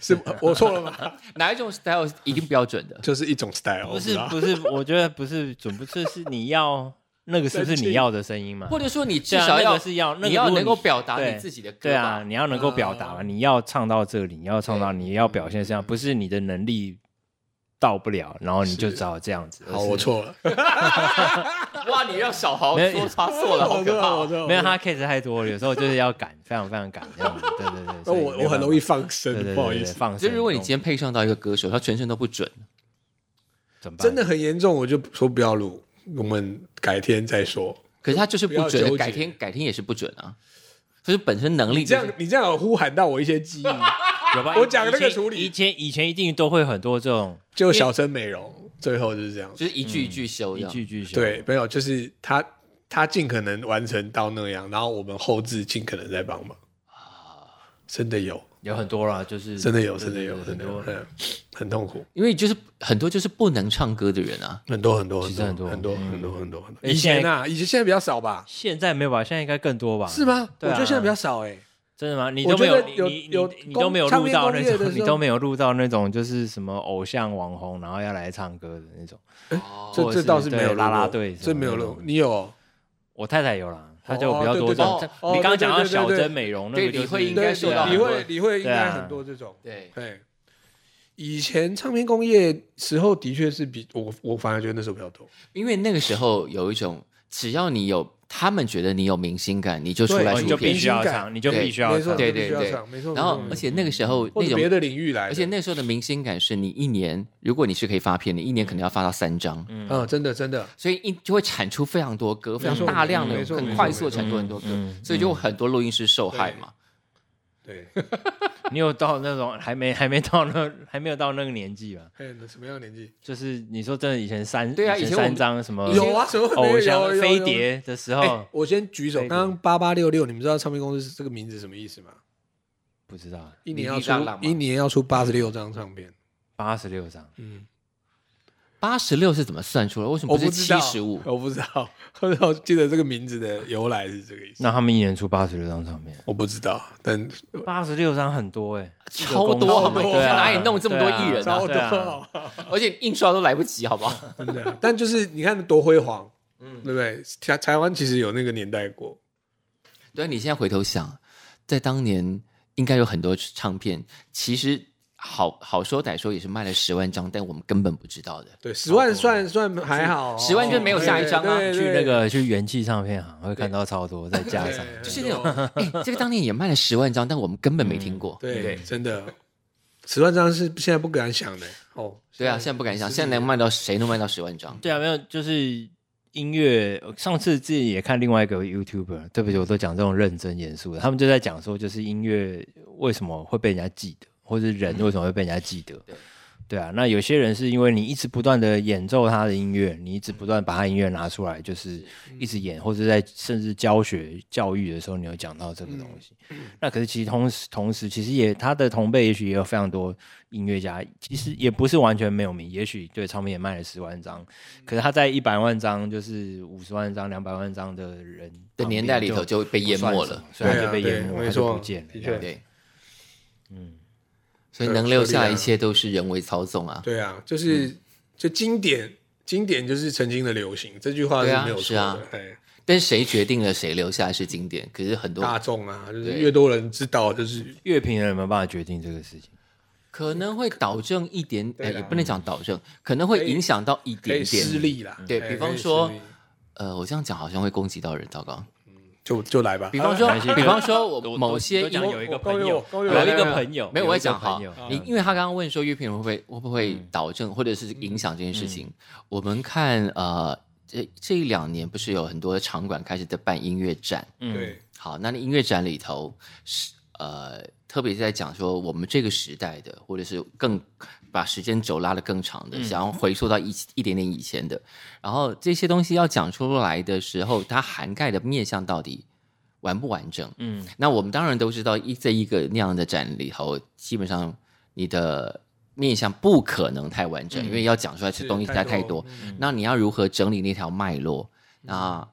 Speaker 2: 是我错了吗？
Speaker 3: 哪一种 style 一定标准的？
Speaker 2: 就是一种 style，
Speaker 1: 不
Speaker 2: 我
Speaker 1: 是
Speaker 2: 知道
Speaker 1: 不是，我觉得不是准不是是你要那个是不是你要的声音嘛？
Speaker 3: 或者说你至
Speaker 1: 对啊
Speaker 3: 少
Speaker 1: 那
Speaker 3: 要
Speaker 1: 个是要那个
Speaker 3: 你要
Speaker 1: 如果
Speaker 3: 能够表达
Speaker 1: 对
Speaker 3: 你自己的歌吧。
Speaker 1: 对啊，你要能够表达嘛，你要唱到这里，你要唱到，你要表现这样，不是你的能力到不了，然后你就只好这样子。而
Speaker 2: 好，
Speaker 1: 是
Speaker 2: 我错了，
Speaker 3: 哇，你让小豪
Speaker 1: 没有啊
Speaker 3: 说差 错了，好
Speaker 2: 我错
Speaker 3: 可
Speaker 2: 了，
Speaker 3: 怕
Speaker 2: 我。错了。
Speaker 1: 哦没有，他 case 太多了，有时候就是要赶，非常非常赶这样子。对对对，
Speaker 2: 那
Speaker 1: 所以没有
Speaker 2: 我
Speaker 1: 办法
Speaker 2: 我很容易放
Speaker 1: 对对
Speaker 2: 生，
Speaker 1: 对
Speaker 2: 不好意
Speaker 1: 对
Speaker 2: 思，
Speaker 1: 放
Speaker 3: 就
Speaker 1: 生。
Speaker 3: 是如果你今
Speaker 1: 接
Speaker 3: 天配上到一个歌手，他全身都不准，
Speaker 1: 怎么办？
Speaker 2: 真的很严重，我就说不要录，我们改天再说。
Speaker 3: 可是他就是不
Speaker 2: 不要纠
Speaker 3: 准，
Speaker 2: 结
Speaker 3: 改天改天也是不准啊。就是本身能力
Speaker 2: 这
Speaker 3: 就
Speaker 2: 样
Speaker 3: 是，
Speaker 2: 你这样有呼喊到我一些记 忆，
Speaker 1: 有吧？
Speaker 2: 我讲
Speaker 1: 以
Speaker 2: 那个
Speaker 1: 前
Speaker 2: 处理
Speaker 1: 以前以前一定都会很多这种
Speaker 2: 就小生美容，最后就是这 样。
Speaker 3: 就是一句一句修
Speaker 1: 一
Speaker 3: 的。
Speaker 1: 句句修。
Speaker 2: 对，没有，就是他他尽可能完成到那样，然后我们后置尽可能再帮忙。真的有，
Speaker 1: 有很多啦，就是
Speaker 2: 真的有，
Speaker 1: 啊对
Speaker 2: 真的
Speaker 1: 对
Speaker 2: 有，
Speaker 1: 对
Speaker 2: 真的有，
Speaker 1: 很多
Speaker 2: 嗯很痛苦，
Speaker 3: 因为就是很多就是不能唱歌的人啊，
Speaker 2: 很多很多，
Speaker 1: 其实
Speaker 2: 很多
Speaker 1: 很
Speaker 2: 很
Speaker 1: 多
Speaker 2: 多很多很多很多。
Speaker 1: 哎
Speaker 2: 以前
Speaker 1: 现
Speaker 2: 啊，以前现在比较少吧？
Speaker 1: 现在没有吧？现在应该更多吧？
Speaker 2: 是吗？我
Speaker 1: 对啊
Speaker 2: 觉得现在比较少哎。
Speaker 1: 真的吗？你
Speaker 2: 我
Speaker 1: 都没
Speaker 2: 觉
Speaker 1: 有，
Speaker 2: 得
Speaker 1: 你你
Speaker 2: 有有
Speaker 1: 你你
Speaker 2: 公
Speaker 1: 都没有
Speaker 2: 唱
Speaker 1: 录
Speaker 2: 片
Speaker 1: 到
Speaker 2: 工
Speaker 1: 那
Speaker 2: 业的
Speaker 1: 种，
Speaker 2: 时
Speaker 1: 你
Speaker 2: 候
Speaker 1: 都没有录到那种，就是什么偶像网红，然后要来唱歌的那种。
Speaker 3: 哎
Speaker 1: 或
Speaker 3: 哦
Speaker 1: 者
Speaker 2: 这这
Speaker 1: 哦是
Speaker 2: 倒是
Speaker 1: 对
Speaker 2: 没有录
Speaker 1: 啦啦
Speaker 2: 过
Speaker 1: 队什
Speaker 2: 这
Speaker 1: 么
Speaker 2: 没有
Speaker 1: 那
Speaker 2: 录
Speaker 1: 种，
Speaker 2: 你有哦？
Speaker 1: 我太太有啦，她就比较
Speaker 2: 哦
Speaker 1: 多
Speaker 2: 对
Speaker 1: 这种。
Speaker 3: 对
Speaker 2: 对
Speaker 1: 你刚刚
Speaker 2: 对
Speaker 1: 讲到
Speaker 2: 对对
Speaker 1: 小
Speaker 2: 对
Speaker 1: 珍美容，那
Speaker 3: 对
Speaker 1: 个就是
Speaker 3: 李慧应
Speaker 2: 对
Speaker 3: 该
Speaker 2: 对
Speaker 3: 受
Speaker 1: 对啊
Speaker 3: 到
Speaker 2: 你
Speaker 3: 很多
Speaker 2: 会你会应
Speaker 1: 对
Speaker 2: 该
Speaker 1: 啊
Speaker 2: 很多这种。
Speaker 3: 对，
Speaker 2: 对，以前唱片工业时候的确是比我我反而觉得那时候比较多。
Speaker 3: 因为那个时候有一种，只要你有，他们觉得你有明星感，你就出
Speaker 2: 对
Speaker 3: 来
Speaker 1: 哦
Speaker 2: 来
Speaker 1: 你
Speaker 2: 出
Speaker 1: 就
Speaker 3: 出
Speaker 1: 必
Speaker 3: 片
Speaker 1: 须。要
Speaker 2: 明星感
Speaker 1: 唱，你就
Speaker 3: 对
Speaker 1: 必须要
Speaker 2: 没错，
Speaker 1: 唱。
Speaker 3: 对
Speaker 2: 必须要唱没错。
Speaker 1: 嗯
Speaker 3: 然后
Speaker 2: 没，错
Speaker 3: 而且那个时候
Speaker 2: 或
Speaker 3: 那
Speaker 2: 者
Speaker 3: 种
Speaker 2: 别的领域来的，
Speaker 3: 而且那时候的明星感是你一年，如果你是可以发片，你一年可能要发到三张，
Speaker 2: 嗯，真的真的，
Speaker 3: 所以一就会产出非常多歌，非
Speaker 2: 错
Speaker 3: 常大量的
Speaker 2: 没、错
Speaker 3: 很
Speaker 2: 没
Speaker 3: 快
Speaker 2: 错
Speaker 3: 速地产出
Speaker 1: 没
Speaker 3: 很多歌，
Speaker 1: 嗯嗯
Speaker 3: 所以就有很多录音师受害嘛。
Speaker 2: 对，
Speaker 1: 你有到那种还没还没到那还没有到那个年纪吧？
Speaker 2: 哎，什么样的年纪？
Speaker 1: 就是你说真的，以前三
Speaker 3: 对啊以
Speaker 1: 前
Speaker 3: 前我们
Speaker 1: 三张什么
Speaker 2: 有
Speaker 3: 哦
Speaker 2: 啊，什么
Speaker 1: 偶
Speaker 2: 有
Speaker 1: 像
Speaker 2: 有有
Speaker 1: 飞碟的时
Speaker 2: 哎
Speaker 1: 候，，
Speaker 2: 我先举手。
Speaker 1: 飞碟
Speaker 2: 刚刚八八六六，你们知道唱片公司这个名字什么意思吗？
Speaker 1: 不知道
Speaker 2: 一年
Speaker 3: 你
Speaker 2: 要
Speaker 3: 你浪浪
Speaker 2: 出
Speaker 3: 吗
Speaker 2: 一年要出八十六张唱片，
Speaker 1: 八十六张，
Speaker 2: 嗯，
Speaker 3: 八十六是怎么算出来？为什么
Speaker 2: 我
Speaker 3: 不是
Speaker 2: 不知道
Speaker 3: 七十五？
Speaker 2: 我不知道， 我记得这个名字的由来是这个意思，
Speaker 1: 那他们一年出八十六张唱片，
Speaker 2: 我不知道，但
Speaker 1: 八十六张很多哎，
Speaker 3: 超多，好
Speaker 2: 好
Speaker 3: 不
Speaker 2: 不
Speaker 3: 好？
Speaker 2: 好
Speaker 1: 对啊
Speaker 3: 哪里弄这么多艺人
Speaker 1: 对
Speaker 3: 啊？
Speaker 2: 超
Speaker 1: 对啊
Speaker 2: 多。
Speaker 3: 而且印刷都来不及，好不好？
Speaker 2: 真的。啊但就是你看多辉煌，嗯，对不对？台台湾其实有那个年代过，
Speaker 3: 对，你现在回头想，在当年应该有很多唱片，其实好好说歹说也是卖了十万张，但我们根本不知道的。
Speaker 2: 对，十万算算还好，哦
Speaker 3: 十万就没有下一张啊
Speaker 2: 对对
Speaker 1: 去那个去元气唱片行会看到超多，再加上
Speaker 2: 对
Speaker 3: 就是那种，哎、这个当年也卖了十万张，但我们根本没听过。
Speaker 2: 嗯对，对真的十万张是现在不敢想的哦。
Speaker 3: 对啊，现在不敢想，现在能卖到谁能卖到十万张？
Speaker 1: 对啊，没有，就是音乐。上次自己也看另外一个 YouTuber，对不起，我都讲这种认真严肃的，他们就在讲说，就是音乐为什么会被人家记得，或者人为什么会被人家记得。
Speaker 3: 对
Speaker 1: 对啊，那有些人是因为你一直不断的演奏他的音乐，你一直不断把他音乐拿出来，就是一直演，或者在甚至教学教育的时候，你有讲到这个东西。那可是其实同时同时，其实也他的同辈也许也有非常多音乐家，其实也不是完全没有名，也许对唱片也卖了十万张，可是他在一百万张、就是五十万张、两百万张的人
Speaker 3: 的
Speaker 1: 旁边
Speaker 3: 年代里头
Speaker 1: 就
Speaker 3: 就被淹没了。
Speaker 1: 所以他
Speaker 2: 对
Speaker 1: 就
Speaker 2: 啊
Speaker 1: 被
Speaker 2: 对
Speaker 1: 淹没，
Speaker 2: 没
Speaker 1: 他就
Speaker 2: 错
Speaker 1: 不见了
Speaker 2: 的
Speaker 1: 这样。
Speaker 2: 确
Speaker 3: 对，嗯，所以能留下一切都是人为操纵啊。
Speaker 2: 对啊，就是就经典。经典就是曾经的流行，这句话是
Speaker 3: 对啊
Speaker 2: 没有错的。哎，
Speaker 3: 但是谁决定了谁留下是经典？可是很多
Speaker 2: 大众啊，就是
Speaker 3: 对
Speaker 2: 越多人知道，就是
Speaker 1: 乐评人有没有办法决定这个事情？
Speaker 3: 可能会导正一点，呃
Speaker 1: 啊
Speaker 2: 对啦
Speaker 3: 也不能讲导正，可能会影响到一
Speaker 2: 可
Speaker 3: 点
Speaker 2: 以失
Speaker 3: 点。
Speaker 2: 利啦。
Speaker 3: 对
Speaker 2: 哎
Speaker 3: 比方
Speaker 2: 可以失
Speaker 3: 说
Speaker 2: 利
Speaker 3: 呃，我这样讲好像会攻击到人，糟糕。
Speaker 2: 就就来吧
Speaker 3: 比。方
Speaker 1: 没
Speaker 3: 说
Speaker 1: 关系，
Speaker 3: 比方说
Speaker 1: 都
Speaker 3: 我
Speaker 1: 都
Speaker 3: 某些
Speaker 1: 都
Speaker 3: 音
Speaker 1: 讲有一个朋
Speaker 2: 我
Speaker 1: 友，
Speaker 2: 我
Speaker 1: 有
Speaker 2: 高友
Speaker 1: 一个
Speaker 3: 没有
Speaker 1: 朋友，
Speaker 3: 没有，
Speaker 1: 有
Speaker 3: 我
Speaker 1: 一
Speaker 3: 会
Speaker 1: 个
Speaker 3: 讲好
Speaker 1: 朋友，嗯
Speaker 3: 因因为他刚刚问说乐评人会不会会不会导正或者是影响这件事
Speaker 1: 嗯
Speaker 3: 情，我们看呃这这一两年不是有很多场馆开始在办音乐展，
Speaker 1: 嗯
Speaker 2: 对，
Speaker 3: 好，那音乐展里头是呃，特别是在讲说我们这个时代的，或者是更把时间轴拉得更长的，想要回溯到一一点点以前的，然后这些东西要讲出来的时候，它涵盖的面向到底完不完整？
Speaker 1: 嗯，
Speaker 3: 那我们当然都知道，一这一个那样的展里头，基本上你的面向不可能太完整，因为要讲出来的
Speaker 2: 是
Speaker 3: 东西实在嗯
Speaker 2: 太
Speaker 3: 太多
Speaker 2: 多。嗯
Speaker 1: 嗯
Speaker 3: 那你要如何整理那条脉络？那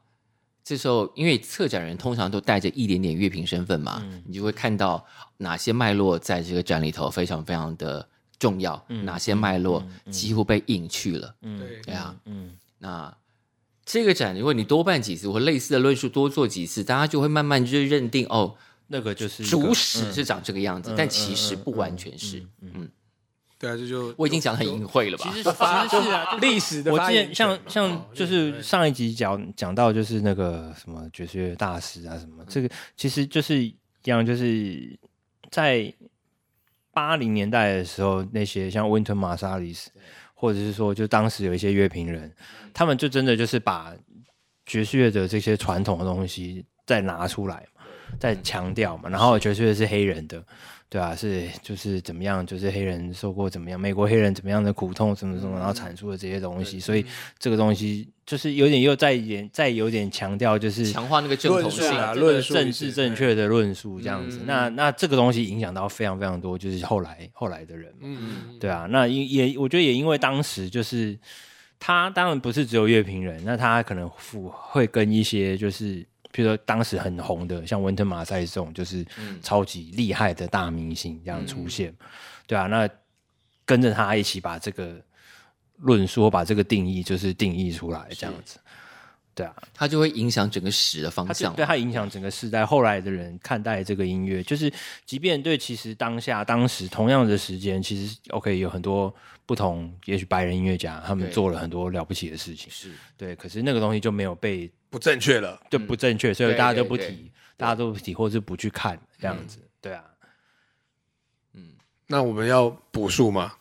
Speaker 3: 这时候，因为策展人通常都带着一点点乐评身份嘛，
Speaker 1: 嗯
Speaker 3: 你就会看到哪些脉络在这个展里头非常非常的重要，
Speaker 1: 嗯
Speaker 3: 哪些脉络几乎被隐去了。
Speaker 2: 对
Speaker 3: 对啊，
Speaker 1: 嗯，
Speaker 3: 那这个展，如果你多办几次或类似的论述多做几次，大家就会慢慢就认定哦，
Speaker 1: 那个就是一个
Speaker 3: 主史是长这个样子，
Speaker 1: 嗯
Speaker 3: 但其实不完全是。嗯，
Speaker 2: 对啊，这就
Speaker 3: 我已经讲得很隐晦了吧？
Speaker 1: 其 实其实是啊，
Speaker 2: 历史的
Speaker 1: 我
Speaker 2: 发
Speaker 1: 之
Speaker 2: 言
Speaker 1: 前
Speaker 2: 权
Speaker 1: 像
Speaker 2: 嘛
Speaker 1: 像
Speaker 2: 哦
Speaker 1: 就是上一集讲讲到就是那个什么爵士乐大师啊什
Speaker 2: 嗯
Speaker 1: 么，这个其实就是一样，就是在八零年代的时候，那些像温 i 马萨里斯，或者是说就当时有一些乐评人，他们就真的就是把爵士乐的这些传统的东西再拿出来嘛，再强调
Speaker 2: 嗯
Speaker 1: 嘛，然后爵士乐是黑人的。对啊，是就是怎么样，就是黑人受过怎么样，美国黑人怎么样的苦痛，什么什么，
Speaker 2: 嗯
Speaker 1: 然后产出的这些东西，所以这个东西就是有点又再一点再有点强调，就是
Speaker 3: 强化那个正统
Speaker 2: 论
Speaker 3: 性
Speaker 2: 述，啊
Speaker 1: 这个
Speaker 2: 论述
Speaker 1: 政
Speaker 2: 一
Speaker 1: 治
Speaker 2: 些
Speaker 1: 正确的论述这样子。
Speaker 3: 嗯
Speaker 1: 那那这个东西影响到非常非常多，就是后来后来的人嘛，
Speaker 2: 嗯，
Speaker 1: 对啊。那也也我觉得也因为当时就是他当然不是只有乐评人，那他可能附会跟一些就是。比如说当时很红的，像温特马赛这种，就是超级厉害的大明星这样出现，对啊，那跟着他一起把这个论说，把这个定义就是定义出来这样子，对啊，
Speaker 3: 它就会影响整个史的方
Speaker 1: 它是
Speaker 3: 向。
Speaker 1: 对它影响整个世代，后来的人看待这个音乐，就是即便对其实当下当时同样的时间，其实 OK 有很多不同，也许白人音乐家他们
Speaker 3: 对
Speaker 1: 做了很多了不起的事情，
Speaker 3: 是
Speaker 1: 对，可是那个东西就没有被
Speaker 2: 不正确了。
Speaker 1: 就不正确，所以
Speaker 3: 对
Speaker 1: 大家就
Speaker 3: 对
Speaker 1: 不
Speaker 3: 对
Speaker 1: 提，大家都不提，或是不去看这样子，对啊，
Speaker 2: 那我们要补数吗？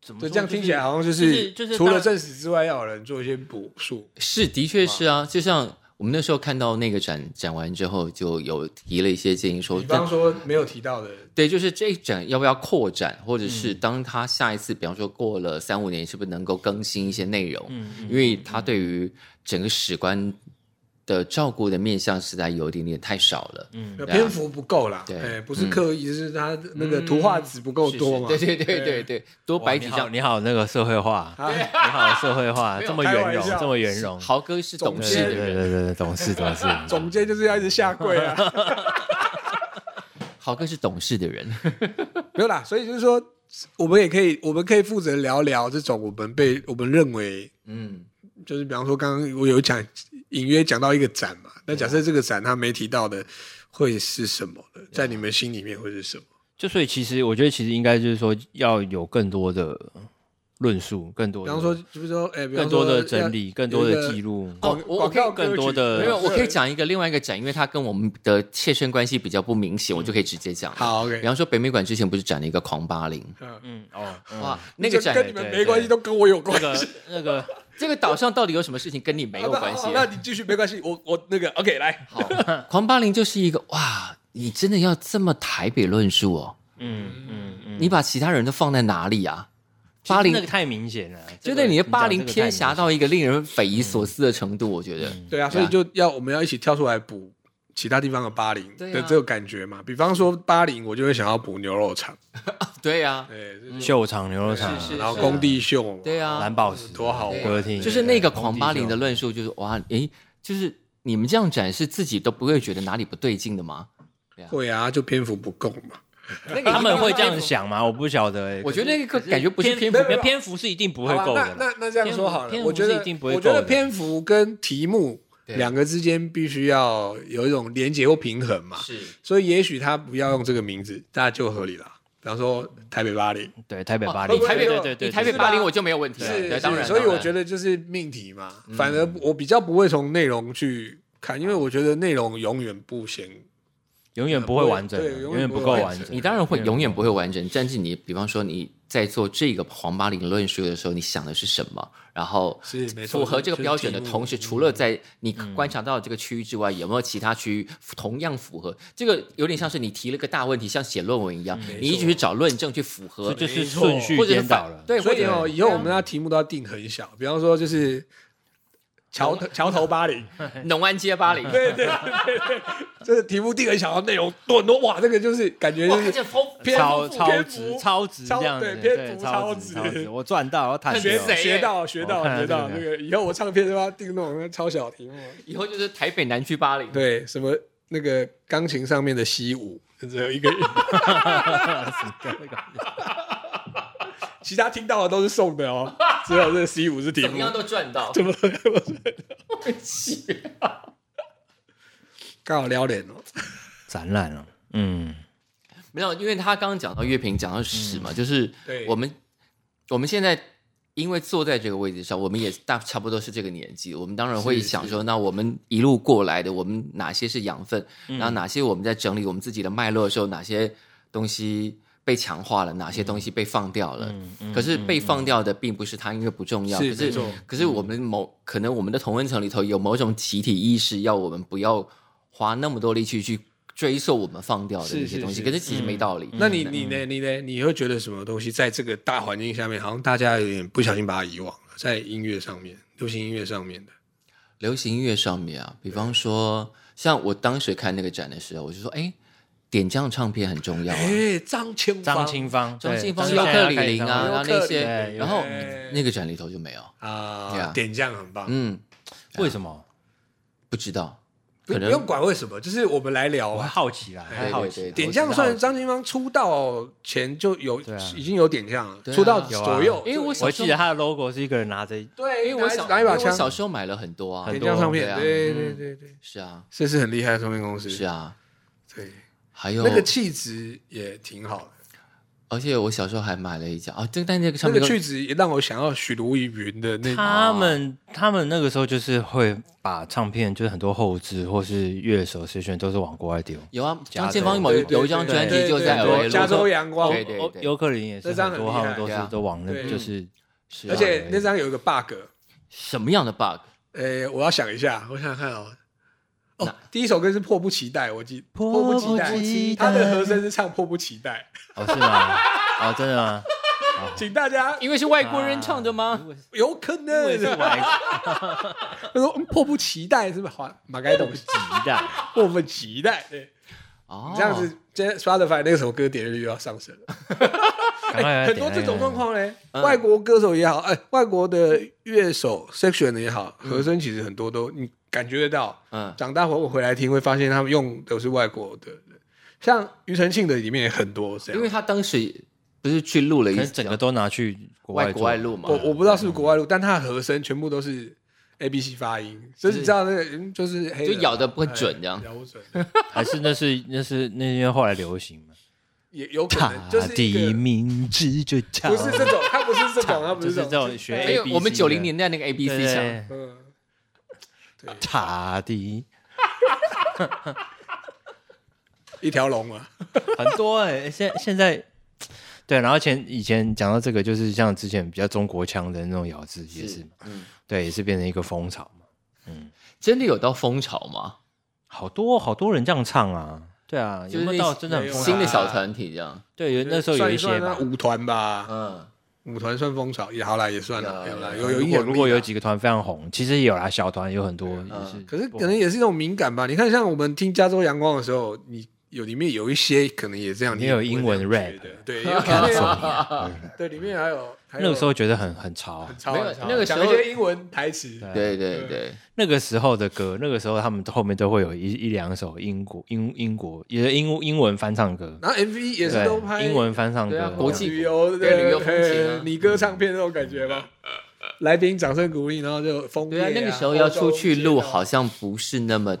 Speaker 1: 怎么
Speaker 2: 就
Speaker 1: 说
Speaker 2: 这样听起来好像就
Speaker 1: 就是
Speaker 2: 是，
Speaker 1: 就是
Speaker 2: 除
Speaker 1: 当
Speaker 2: 了
Speaker 1: 然
Speaker 2: 正史之外，要有人做一些补数。
Speaker 3: 是，的确是啊。就像我们那时候看到那个展展完之后，就有提了一些建议说，
Speaker 2: 比方说没有提到的，
Speaker 3: 对，就是这一展要不要扩展，或者是当他下一次，比方说过了三五年，是不是能够更新一些内容？
Speaker 1: 嗯嗯
Speaker 3: 因为他对于整个史观的照顾的面向实在有一点点太少了。
Speaker 1: 嗯
Speaker 3: 啊
Speaker 2: 篇幅不够啦。
Speaker 3: 对
Speaker 2: 哎，不是刻意，就是他那个图画纸不够多嘛。
Speaker 3: 对对对对对，多
Speaker 1: 哇
Speaker 3: 摆
Speaker 1: 你
Speaker 3: 几
Speaker 1: 好，
Speaker 3: 张。
Speaker 1: 你好，那个社会化，
Speaker 2: 啊
Speaker 1: 你好，社会化，这么
Speaker 2: 开
Speaker 1: 圆
Speaker 2: 玩
Speaker 1: 融，
Speaker 2: 笑
Speaker 1: 这么圆融，
Speaker 3: 豪哥是懂
Speaker 1: 对
Speaker 3: 事
Speaker 1: 对
Speaker 3: 的
Speaker 1: 对
Speaker 3: 人，
Speaker 1: 对对，懂事懂事，
Speaker 2: 总监就是要一直下跪啊。
Speaker 3: 豪哥是懂事的人。
Speaker 2: 没有啦，所以就是说，我们也可以，我们可以负责聊聊这种我们被我们认为，
Speaker 3: 嗯，
Speaker 2: 就是比方说刚刚我有讲隐约讲到一个展嘛，那假设这个展他没提到的会是什么呢？在你们心里面会是什么？
Speaker 1: 就所以其实我觉得其实应该就是说要有更多的论述，更多
Speaker 2: 比
Speaker 1: 的
Speaker 2: 方说，就是说，哎，比方
Speaker 1: 更
Speaker 2: 说
Speaker 1: 多的整理，更多的记，录。
Speaker 2: 要有
Speaker 3: 哦
Speaker 2: 一个
Speaker 3: 我
Speaker 2: 广广告歌曲
Speaker 1: 更多的
Speaker 3: 没有，我可以
Speaker 2: 对
Speaker 3: 讲一个另外一个展，因为它跟我们的切身关系比较不明
Speaker 1: 嗯
Speaker 3: 显，我就可以直接讲。，
Speaker 2: 好
Speaker 3: 比
Speaker 2: ，OK，
Speaker 3: 方说北美馆之前不是展了一个狂八零，
Speaker 2: 嗯，
Speaker 1: 嗯哦，
Speaker 3: 哇
Speaker 1: 哇，，
Speaker 3: 那个
Speaker 2: 这
Speaker 3: 展
Speaker 2: 跟你们
Speaker 1: 对
Speaker 2: 没关系，
Speaker 1: 对
Speaker 2: 都跟我有
Speaker 1: 那
Speaker 2: 关
Speaker 1: 个
Speaker 2: 系。
Speaker 1: 那个
Speaker 3: 这个岛上到底有什么事情跟你 没有
Speaker 2: 好
Speaker 3: 关系啊
Speaker 2: 好？那你继续没关系，我我那个 OK 来，
Speaker 3: 好，狂八零就是一个哇，你真的要这么台北论述哦？
Speaker 1: 嗯嗯嗯，
Speaker 3: 你把其他人都放在哪里啊？
Speaker 1: 其实
Speaker 3: 八零
Speaker 1: 那个太明显了，
Speaker 3: 就
Speaker 1: 这
Speaker 3: 对
Speaker 1: 个
Speaker 3: 你的
Speaker 1: 讲
Speaker 3: 八
Speaker 1: 这
Speaker 3: 零
Speaker 1: 个太嗯
Speaker 3: 偏
Speaker 1: 明
Speaker 3: 狭
Speaker 1: 显
Speaker 3: 到一个令人匪夷所思的程度，我觉得。
Speaker 1: 嗯
Speaker 2: 对啊，所
Speaker 3: 对啊
Speaker 2: 以就要我们要一起跳出来补其他地方的巴黎
Speaker 3: 对啊
Speaker 2: 的这个感觉嘛。比方说巴黎，我就会想要补牛肉厂，
Speaker 3: 对呀，
Speaker 2: 对，这
Speaker 1: 秀场、牛肉场
Speaker 3: 是，是
Speaker 2: 然后工地秀，
Speaker 3: 对啊
Speaker 1: 蓝宝石
Speaker 2: 多好玩
Speaker 1: 歌厅，
Speaker 3: 就是那个
Speaker 1: 对
Speaker 3: 狂八零的，论述，就是哇，诶，就是你们这样展示自己都不会觉得哪里不对劲的吗？
Speaker 2: 会啊，就篇幅不够嘛。
Speaker 3: 那个
Speaker 1: 他们会这样想吗？我不晓得欸，
Speaker 3: 我觉
Speaker 1: 可
Speaker 3: 得
Speaker 1: 是
Speaker 3: 那个感觉不是
Speaker 1: 篇
Speaker 3: 篇
Speaker 1: 幅
Speaker 3: 幅
Speaker 1: 没有篇幅是一定不会
Speaker 2: 好吧
Speaker 1: 够的
Speaker 2: 那
Speaker 1: 啦，
Speaker 2: 那那这样说好
Speaker 1: 篇
Speaker 2: 了，
Speaker 1: 幅
Speaker 2: 我觉
Speaker 1: 篇幅
Speaker 2: 得
Speaker 1: 是一定不会
Speaker 2: 我觉得
Speaker 1: 够的
Speaker 2: 篇幅跟题目
Speaker 3: 对
Speaker 2: 两个之间必须要有一种连结或平衡嘛。
Speaker 3: 是
Speaker 2: 所以也许他不要用这个名字，那就合理了。比方说台北巴黎，
Speaker 1: 对台北
Speaker 3: 哦
Speaker 1: 巴
Speaker 2: 会
Speaker 1: 黎，
Speaker 2: 不会
Speaker 3: 台北
Speaker 1: 对对对，
Speaker 3: 你台北
Speaker 1: 嗯对啊
Speaker 3: 八零我就没有问题了，
Speaker 2: 是
Speaker 3: 对，当然。
Speaker 2: 所以
Speaker 3: 当然
Speaker 2: 我觉得就是命题嘛，
Speaker 1: 嗯
Speaker 2: 反而我比较不会从内容去看，因为我觉得内容永远不嫌
Speaker 1: 永远不会完整
Speaker 2: 对
Speaker 1: 的，
Speaker 2: 永
Speaker 1: 永
Speaker 2: 远
Speaker 1: 远
Speaker 2: 不
Speaker 1: 不
Speaker 2: 会
Speaker 1: 够
Speaker 2: 完
Speaker 1: 完
Speaker 2: 整
Speaker 1: 整。
Speaker 3: 你当然会永远不会完整，但是你比方说你在做这个黄巴零论述的时候，你想的是什么？然后
Speaker 2: 是没错
Speaker 3: 符合这
Speaker 2: 就
Speaker 3: 个
Speaker 2: 是
Speaker 3: 标准的
Speaker 2: 题目
Speaker 3: 同时，除了在你
Speaker 2: 嗯
Speaker 3: 观察到这个区域之外，有没有其他区域同样符合？这个有点像是你提了个大问题，像写论文一样，
Speaker 2: 嗯
Speaker 3: 你一直去找论证去符合，
Speaker 1: 这就是
Speaker 2: 没错
Speaker 1: 顺序
Speaker 3: 或者是
Speaker 1: 颠倒
Speaker 3: 反
Speaker 1: 了，
Speaker 3: 对，
Speaker 2: 所
Speaker 3: 或
Speaker 2: 以
Speaker 3: 者
Speaker 2: 哦，以后我们要题目都要定很小，比方说就是桥头桥头巴黎，
Speaker 3: 农安街巴黎，
Speaker 2: 对对对对，就是题目定很小，然后内容多很多，哇，这个就是感觉
Speaker 3: 哇，
Speaker 2: 就
Speaker 3: 这
Speaker 2: 是
Speaker 3: 丰
Speaker 2: 篇
Speaker 1: 超
Speaker 2: 幅
Speaker 1: 超值，超值
Speaker 2: 超
Speaker 1: 这样子，
Speaker 2: 对篇幅
Speaker 1: 超
Speaker 2: 超
Speaker 1: 值，
Speaker 2: 值
Speaker 1: 超值，我赚到，我坦
Speaker 2: 学
Speaker 1: 白
Speaker 3: 谁耶
Speaker 2: 学到学
Speaker 1: 我
Speaker 2: 到
Speaker 1: 看
Speaker 2: 学到
Speaker 1: 这
Speaker 2: 这
Speaker 1: 个
Speaker 2: 个，以后我唱片都要定那种超小题目，
Speaker 3: 以后就是台北南区巴黎，
Speaker 2: 对，什么那个钢琴上面的习武，只有一 个， 其他听到的都是送的哦，只有这个习武是题
Speaker 3: 怎么
Speaker 2: 目
Speaker 3: 样，都赚到，
Speaker 2: 怎么了？ 刚好撩脸哦。
Speaker 1: 展览了，嗯，
Speaker 3: 没有，因为他刚刚讲到乐评，讲到屎嘛，就是
Speaker 2: 嗯对
Speaker 3: 我们我们现在因为坐在这个位置上，我们也大差不多是这个年纪，我们当然会
Speaker 2: 是
Speaker 3: 想
Speaker 2: 是
Speaker 3: 说，那我们一路过来的，我们哪些是养分，然
Speaker 2: 嗯
Speaker 3: 后哪些我们在整理我们自己的脉络的时候，哪些东西被强化了，哪些东西被放掉了。
Speaker 1: 嗯嗯
Speaker 3: 可是被
Speaker 1: 嗯
Speaker 3: 放掉的并不是它，因为不重要。
Speaker 2: 是
Speaker 3: 可
Speaker 2: 没
Speaker 3: 是
Speaker 2: 错嗯
Speaker 3: 可是我们某可能我们的同温层里头有某种集体意识，要我们不要花那么多力气去追溯我们放掉的
Speaker 2: 是
Speaker 3: 那些
Speaker 2: 是
Speaker 3: 东西。
Speaker 2: 是
Speaker 3: 可是其实没道理。
Speaker 1: 嗯
Speaker 3: 嗯
Speaker 2: 那你你呢？你呢？你会觉得什么东西在这个大环境下面，好像大家有点不小心把它遗忘了，在音乐上面，流行音乐上面的，
Speaker 3: 流行音乐上面啊，比方说像我当时看那个展的时候，我就说，哎，点将唱片很重要啊。
Speaker 2: 哎，张
Speaker 1: 嗯
Speaker 2: 清
Speaker 1: 张
Speaker 2: 芳
Speaker 1: 清芳、
Speaker 3: 张
Speaker 1: 对
Speaker 3: 清芳、
Speaker 1: 张
Speaker 3: 尤克里
Speaker 1: 芳
Speaker 3: 里啊，
Speaker 2: 尤
Speaker 3: 然后
Speaker 2: 克
Speaker 3: 那
Speaker 2: 里
Speaker 3: 些，
Speaker 1: 对
Speaker 3: 然后
Speaker 2: 对
Speaker 3: 那个展里头就没有。
Speaker 2: 啊
Speaker 3: Yeah，
Speaker 2: 点将很棒。
Speaker 3: 嗯，
Speaker 1: 为什么？
Speaker 3: 不知道，
Speaker 2: 不
Speaker 3: 可
Speaker 2: 不
Speaker 3: 能
Speaker 2: 用管为什么，就是我们来聊
Speaker 1: 我
Speaker 2: 啊。
Speaker 1: 好奇啦，
Speaker 3: 对
Speaker 1: 还好奇
Speaker 3: 对对对
Speaker 2: 点将算张清芳出道前就有
Speaker 1: 对啊，
Speaker 2: 已经有点将了，
Speaker 3: 对啊
Speaker 2: 出道
Speaker 1: 有啊
Speaker 2: 左右。
Speaker 3: 因为我
Speaker 1: 我
Speaker 3: 小时
Speaker 1: 记
Speaker 3: 候
Speaker 1: 得他的 logo 是一个人拿着，
Speaker 2: 对，
Speaker 3: 因为我
Speaker 2: 拿
Speaker 3: 小，
Speaker 2: 拿一把
Speaker 3: 因为我
Speaker 2: 枪，
Speaker 3: 小时候买了很多啊
Speaker 1: 很，
Speaker 2: 点将唱
Speaker 3: 对
Speaker 2: 片，
Speaker 3: 啊
Speaker 2: 对对对对，
Speaker 3: 是啊，
Speaker 2: 这是很厉害的唱片公司。
Speaker 3: 是啊，
Speaker 2: 对，
Speaker 3: 还有
Speaker 2: 那个气质也挺好的，
Speaker 3: 而且我小时候还买了一张啊，这但那个
Speaker 2: 那
Speaker 3: 唱
Speaker 2: 个
Speaker 3: 片
Speaker 2: 句子也让我想到许茹芸的那
Speaker 1: 他们他们那个时候就是会把唱片，就是很多后置或是乐手筛选都是往国外丢。
Speaker 3: 有啊，
Speaker 1: 加
Speaker 3: 张建芳
Speaker 1: 州
Speaker 3: 某
Speaker 2: 对对
Speaker 3: 有一张专
Speaker 2: 对
Speaker 3: 辑
Speaker 2: 对
Speaker 3: 就在
Speaker 2: 对对
Speaker 3: LA 录
Speaker 2: 加州
Speaker 3: 的
Speaker 2: 阳光，
Speaker 3: 对对对
Speaker 1: 尤克里也是
Speaker 2: 那张
Speaker 1: 很
Speaker 2: 很
Speaker 1: 多，
Speaker 2: 厉
Speaker 1: 他
Speaker 2: 害
Speaker 1: 们都
Speaker 3: 对啊
Speaker 1: 是都往那
Speaker 2: 对
Speaker 1: 就是，
Speaker 3: 是啊
Speaker 2: 而且那张有一个 bug，
Speaker 3: 什么样的 bug？
Speaker 2: 呃，我要想一下，我想想看哦。哦
Speaker 3: 那，
Speaker 2: 第一首歌是《迫不及待》，我记《
Speaker 1: 迫
Speaker 2: 迫不
Speaker 1: 不
Speaker 2: 及待
Speaker 1: 及》，
Speaker 2: 他的
Speaker 1: 待
Speaker 2: 和声是唱《迫不及待
Speaker 1: 哦是吗？哦真的 吗？》，
Speaker 2: 请大家
Speaker 3: 因为是外国人唱的吗？
Speaker 2: 有可能
Speaker 1: 我也是往极
Speaker 2: 他说嗯迫不及待，是不是？好，啊马该 懂，
Speaker 1: 的。
Speaker 2: 迫不及待。对，
Speaker 3: 哦，
Speaker 2: 这样子，今天 Spotify 那首歌点阅率又要上升了。
Speaker 1: 赶快来
Speaker 2: 很
Speaker 1: 点
Speaker 2: 多这种状，况嘞，
Speaker 3: 嗯
Speaker 2: 外国歌手也好，哎，外国的乐手 section 也好，和声其实很多都你感觉得到。
Speaker 3: 嗯
Speaker 2: 长大后我回来听，会发现他们用的是外国的人，像庾澄庆的里面也很多这
Speaker 3: 嗯因为
Speaker 2: 样。
Speaker 3: 他当时不是去录了
Speaker 1: 可
Speaker 3: 一
Speaker 1: 能整个都拿去国外
Speaker 3: 外
Speaker 1: 做
Speaker 3: 国外录嘛
Speaker 2: 我，我不知道是不是国外录，但他的和声全部都是 A B C 发音，所以你知道那个嗯就是黑
Speaker 3: 就
Speaker 2: 人
Speaker 3: 咬
Speaker 2: 嘛
Speaker 3: 的不
Speaker 2: 哎
Speaker 3: 准这样。
Speaker 2: 咬不准。
Speaker 1: 还是那是那是那因为后来流行嘛，
Speaker 2: 也有可
Speaker 1: 他
Speaker 2: 能就是
Speaker 1: 的
Speaker 2: 一个
Speaker 1: 名字就叫
Speaker 2: 不是这种，他不是这 种，他不
Speaker 1: 就是
Speaker 2: 这
Speaker 1: 是这种
Speaker 3: 没
Speaker 1: 学
Speaker 3: 有，我们
Speaker 1: ABC
Speaker 3: 九零
Speaker 1: 的
Speaker 3: 年代那个 A B
Speaker 1: 对
Speaker 3: C 墙，
Speaker 1: 对
Speaker 2: 嗯，
Speaker 1: 他的
Speaker 2: 一条龙啊，
Speaker 1: 很多哎、欸，现现在对，然后前以前讲到这个，就是像之前比较中国腔的那种咬字也是嘛，
Speaker 3: 嗯，
Speaker 1: 对，也是变成一个风潮嘛，
Speaker 3: 真的有到风潮吗？
Speaker 1: 好多好多人这样唱啊，对啊，有
Speaker 3: 就是
Speaker 1: 没有
Speaker 3: 那
Speaker 1: 到真的很
Speaker 2: 没有
Speaker 1: 风
Speaker 2: 啊
Speaker 1: 潮
Speaker 3: 新的小团体这样，
Speaker 1: 对，有那时候有
Speaker 2: 算
Speaker 1: 一
Speaker 2: 一
Speaker 1: 些
Speaker 2: 算啊
Speaker 1: 吧，
Speaker 2: 舞团吧，
Speaker 3: 嗯，
Speaker 2: 舞团算风潮也好啦，也算了，
Speaker 3: 有
Speaker 2: 有啦，
Speaker 3: 有
Speaker 2: 有有
Speaker 1: 如
Speaker 2: 影
Speaker 1: 果
Speaker 2: 响力啊嗯
Speaker 1: 如果有，几个团非常红，其实也有啦，小团有很多也是，
Speaker 2: 可是可能也是一种敏感吧。你看，像我们听加州阳光的时候，你有里面有一些可能也这样，
Speaker 1: 里面有
Speaker 2: 你也不会
Speaker 1: 英文
Speaker 2: 这样觉
Speaker 1: rap
Speaker 2: 得 对，有
Speaker 1: 看
Speaker 2: 对
Speaker 1: 走
Speaker 2: 啊
Speaker 1: 啊，
Speaker 2: 对，里面还有还有
Speaker 1: 那个时候觉得很很潮啊
Speaker 2: 很，潮
Speaker 3: 没有
Speaker 2: 很潮
Speaker 3: 那个时
Speaker 2: 讲
Speaker 3: 候
Speaker 2: 一些英文台词，
Speaker 1: 对
Speaker 3: 对对对，
Speaker 1: 那个时候的歌，那个时候他们后面都会有一一两首英国英英国也是英英文翻唱歌，
Speaker 2: 然后 MV 也是
Speaker 1: 对，
Speaker 2: 都拍
Speaker 1: 英文翻唱
Speaker 3: 对
Speaker 1: 歌
Speaker 3: 啊，国际
Speaker 2: 旅游
Speaker 3: 对旅游风情啊
Speaker 2: 呃你歌唱片那种感觉吗？来宾掌声鼓励，然后就枫叶
Speaker 3: 对啊，那个时候要出去录，，好
Speaker 2: 欧洲
Speaker 3: 像不是那么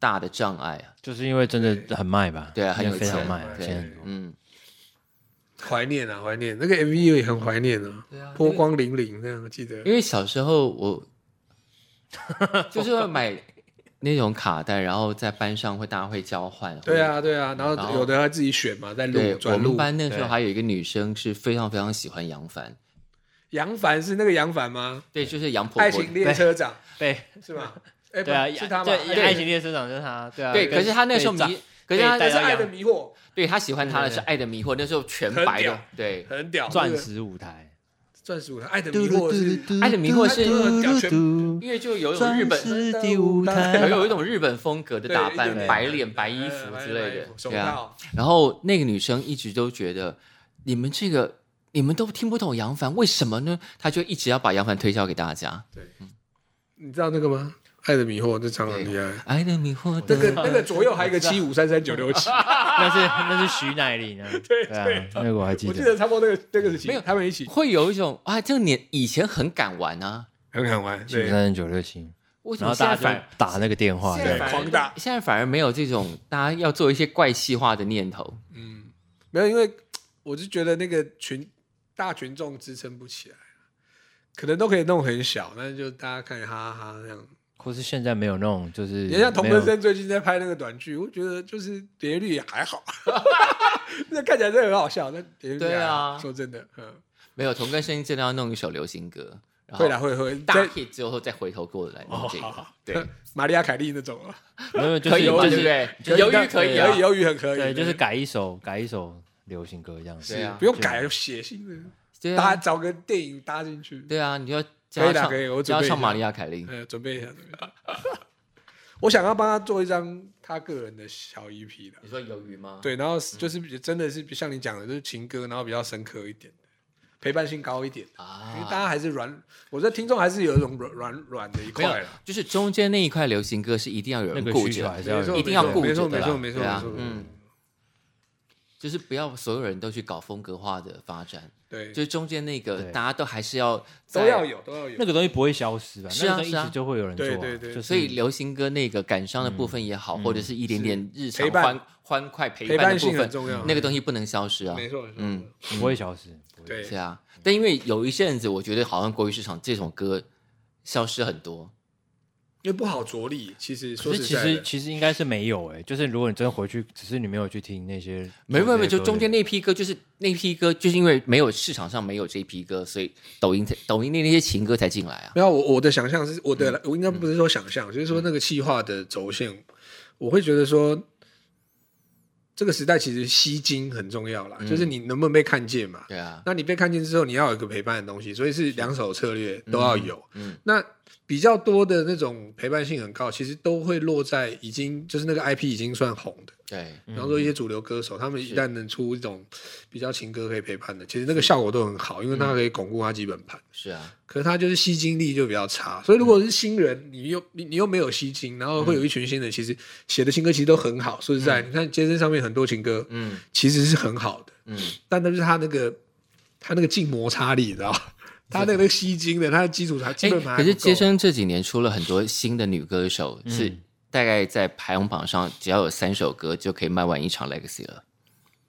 Speaker 3: 大的障碍啊。
Speaker 1: 就是因为真的很卖吧，
Speaker 3: 对啊很有
Speaker 1: 非常
Speaker 3: 钱
Speaker 1: 卖啊，
Speaker 3: 对
Speaker 1: 现在很多
Speaker 3: 嗯，
Speaker 2: 街道怀念啊，怀念那个 MV 也很怀念啊，
Speaker 3: 对啊
Speaker 2: 波光粼粼那样，我记得
Speaker 3: 因为小时候 我就是会买那种卡带，然后在班上会大家会交换。
Speaker 2: 对啊，对啊，然
Speaker 3: 然
Speaker 2: 后
Speaker 3: 后
Speaker 2: 有的他自己选嘛，在
Speaker 3: 会，
Speaker 2: 录
Speaker 3: 对，我
Speaker 2: 转
Speaker 3: 们
Speaker 2: 录。
Speaker 3: 班那时候
Speaker 1: 对
Speaker 3: 还有一个女生是非常非常喜欢杨帆，
Speaker 2: 杨凡是那个杨凡吗？
Speaker 3: 对，就是杨婆
Speaker 2: 爱
Speaker 3: 婆。
Speaker 2: 情列车长
Speaker 1: 对
Speaker 2: 是 吗？哎，
Speaker 1: 对啊，
Speaker 2: 不是他吗？
Speaker 1: 对，
Speaker 2: 哎
Speaker 1: 爱情列车长就是他，对啊，
Speaker 3: 对，
Speaker 1: 跟
Speaker 3: 可是她那时候
Speaker 1: 对
Speaker 3: 迷，可是她
Speaker 1: 被
Speaker 2: 那
Speaker 1: 带
Speaker 2: 是
Speaker 1: 到
Speaker 2: 爱的迷惑，
Speaker 3: 对她喜欢他的是
Speaker 1: 对
Speaker 3: 《爱的迷惑》，那时候全
Speaker 2: 很
Speaker 3: 白
Speaker 2: 屌
Speaker 3: 的，对，
Speaker 2: 很屌，
Speaker 1: 钻
Speaker 2: 那个
Speaker 1: 石舞台，
Speaker 2: 钻石舞台，爱的迷惑是
Speaker 3: 爱的迷惑是
Speaker 2: 讲全
Speaker 1: 嘟
Speaker 3: 因为就有一种日本
Speaker 1: 石的舞台
Speaker 3: 有有一种日本风格的
Speaker 2: 对
Speaker 3: 打
Speaker 2: 一
Speaker 3: 扮，
Speaker 2: 点
Speaker 3: 白脸、
Speaker 2: 对
Speaker 3: 白衣服
Speaker 2: 白
Speaker 3: 之类
Speaker 2: 白衣
Speaker 3: 的
Speaker 2: 服，手
Speaker 3: 对啊。
Speaker 2: 套，
Speaker 3: 然后那个女生一直都觉得你们这个你们都听不懂杨凡，为什么呢？她就一直要把杨凡推销给大家。
Speaker 2: 对，你知道那个吗？《爱的迷惑》这唱得很厉害。
Speaker 3: 爱的迷惑
Speaker 2: 那
Speaker 3: 的
Speaker 2: 个那个左右还有一个七五三三九六七，
Speaker 1: 那是那是徐乃麟 啊，对啊，那个我 还记
Speaker 2: 我记
Speaker 1: 得，
Speaker 2: 得差不多那个那个是七
Speaker 3: 没有
Speaker 2: 他们一起
Speaker 3: 会有一种啊，这个年以前很敢玩啊，
Speaker 2: 很敢玩，
Speaker 1: 九
Speaker 2: 对，
Speaker 1: 三九六七，
Speaker 3: 为什
Speaker 1: 然后
Speaker 3: 么现
Speaker 1: 大家
Speaker 3: 在
Speaker 1: 就
Speaker 3: 反
Speaker 1: 打那个电话，
Speaker 3: 现
Speaker 1: 对
Speaker 2: 对
Speaker 3: 在反而
Speaker 2: 狂打
Speaker 3: 现在反而没有这种大家要做一些怪气化的念头？
Speaker 2: 嗯，没有，因为我是觉得那个群大群众支撑不起来，啊可能都可以弄很小，但是就大家看哈哈哈这样。
Speaker 1: 或是现在没有那种就是
Speaker 3: 嗯
Speaker 2: 你看像同
Speaker 1: 没有
Speaker 2: 根生最近在拍那个短剧，我觉得就是点阅率也还好， 那看起来真的很好笑，但点阅率
Speaker 3: 对
Speaker 2: 还好
Speaker 3: 啊
Speaker 2: 说真的，嗯，
Speaker 3: 没有同根生真的要弄一首流行歌，然后
Speaker 2: 会啦会会
Speaker 3: 大
Speaker 2: 在
Speaker 3: hit 之后再回头过来弄
Speaker 2: 哦
Speaker 3: 这
Speaker 2: 好
Speaker 3: 个
Speaker 2: 好，
Speaker 3: 对，
Speaker 2: 玛利亚凯莉那种啊，
Speaker 1: 没有就是
Speaker 3: 可以吧？
Speaker 1: 就
Speaker 3: 对不
Speaker 1: 是
Speaker 3: 对？
Speaker 1: 就是
Speaker 3: 鱿鱼可以啊，
Speaker 2: 鱿鱼鱿鱼很可以，
Speaker 1: 对，就是改一首改一首流行歌这样子
Speaker 3: 对。啊
Speaker 2: 不用改，写信的，
Speaker 3: 对
Speaker 2: 搭
Speaker 3: 啊，
Speaker 2: 找个电影搭进去，
Speaker 3: 对啊，你就要
Speaker 2: 可
Speaker 3: 加
Speaker 2: 以啦
Speaker 3: 上
Speaker 2: 可以我准
Speaker 3: 加
Speaker 2: 备一
Speaker 3: 上
Speaker 2: 下
Speaker 3: 玛利亚凯莉，
Speaker 2: 呃，准备一下，准备一下。 我想要帮他做一张他个人的小 EP 的，
Speaker 3: 你说鱿鱼吗？，
Speaker 2: 对，然后就是比真的是比像你讲的，就是情歌，然后比较深刻一点的，陪伴性高一点的，因为大
Speaker 3: 啊，
Speaker 2: 家还是软，我觉得听众还是有一种软软软的一
Speaker 3: 没有
Speaker 2: 块啊啦，
Speaker 3: 就是中间那一块流行歌是一定要有
Speaker 1: 那
Speaker 3: 人
Speaker 1: 个
Speaker 3: 顾
Speaker 1: 需求
Speaker 3: 着，
Speaker 1: 还是要
Speaker 2: 没错
Speaker 1: 有
Speaker 3: 一定要顾
Speaker 2: 没
Speaker 3: 着
Speaker 2: 错
Speaker 3: 的
Speaker 2: 没
Speaker 3: 啦
Speaker 2: 错没错
Speaker 3: 对啊
Speaker 2: 没错，
Speaker 3: 嗯，就是不要所有人都去搞风格化的发展，
Speaker 2: 对，
Speaker 3: 就是中间那个
Speaker 1: 对
Speaker 3: 大家都还是要
Speaker 2: 都
Speaker 3: 在
Speaker 2: 要有都要有
Speaker 1: 那，个东西不会消失吧？
Speaker 3: 是
Speaker 1: 那
Speaker 3: 啊
Speaker 1: 个东西
Speaker 3: 是啊
Speaker 1: 一直就会有人做啊。
Speaker 2: 对对对
Speaker 1: 就是
Speaker 3: 所以流行歌那个感伤的部分也好，或者是一点点日
Speaker 2: 嗯
Speaker 3: 常
Speaker 2: 陪伴
Speaker 3: 欢欢快陪
Speaker 2: 陪
Speaker 3: 伴
Speaker 2: 伴
Speaker 3: 的部
Speaker 2: 性很
Speaker 3: 分，
Speaker 2: 重要，
Speaker 3: 那个东西不能消失啊。
Speaker 2: 没错没错，
Speaker 3: 嗯
Speaker 2: 没错
Speaker 1: 不会消失。不会
Speaker 2: 对
Speaker 3: 是啊，但因为有一阵子，我觉得好像国语市场这种歌消失很多，
Speaker 2: 因为不好着力，其实
Speaker 1: 可
Speaker 2: 说
Speaker 1: 是
Speaker 2: 实
Speaker 1: 其
Speaker 2: 在
Speaker 1: 实
Speaker 2: 的，
Speaker 1: 其实应该是没有哎、就是如果你真的回去，只是你没有去听那些，
Speaker 3: 没有没有
Speaker 1: 那
Speaker 3: 没有，
Speaker 1: 些
Speaker 3: 就
Speaker 1: 歌
Speaker 3: 中间那批歌，就是那批歌，就是因为没有市场上没有这批歌，所以抖音才抖音的那些情歌才进来啊。
Speaker 2: 没有，我我的想象是我的，
Speaker 3: 嗯
Speaker 2: 我应该不是说想象，就是说那个气化的轴线，我会觉得说，这个时代其实吸睛很重要
Speaker 3: 嗯
Speaker 2: 啦，就是你能不能被看见嘛。
Speaker 3: 对啊，
Speaker 2: 那你被看见之后，你要有一个陪伴的东西，所以是两手策略都要有。
Speaker 3: 嗯，
Speaker 2: 那比较多的那种陪伴性很高，其实都会落在已经就是那个 IP 已经算红的，
Speaker 3: 对，
Speaker 2: 比方说一些主流歌手，他们一旦能出一种比较情歌可以陪伴的，其实那个效果都很好，因为
Speaker 3: 嗯
Speaker 2: 它可以巩固它基本盘。
Speaker 3: 是啊，
Speaker 2: 可是他就是吸睛力就比较差，所以如果是新人，
Speaker 3: 嗯
Speaker 2: 你又你你又没有吸睛，然后会有一群新人，其实写的情歌其实都很好。说实在，你看街身上面很多情歌，
Speaker 3: 嗯
Speaker 2: 其实是很好的，
Speaker 3: 嗯，
Speaker 2: 但那就是他那个他那个静摩擦力，你知 道吗？他那个那个吸睛的，他的基础还基
Speaker 3: 哎
Speaker 2: 本盘还不够、
Speaker 3: 可是杰森这几年出了很多新的女歌手，是
Speaker 2: 嗯
Speaker 3: 大概在排行榜上只要有三首歌就可以卖完一场 Legacy 了，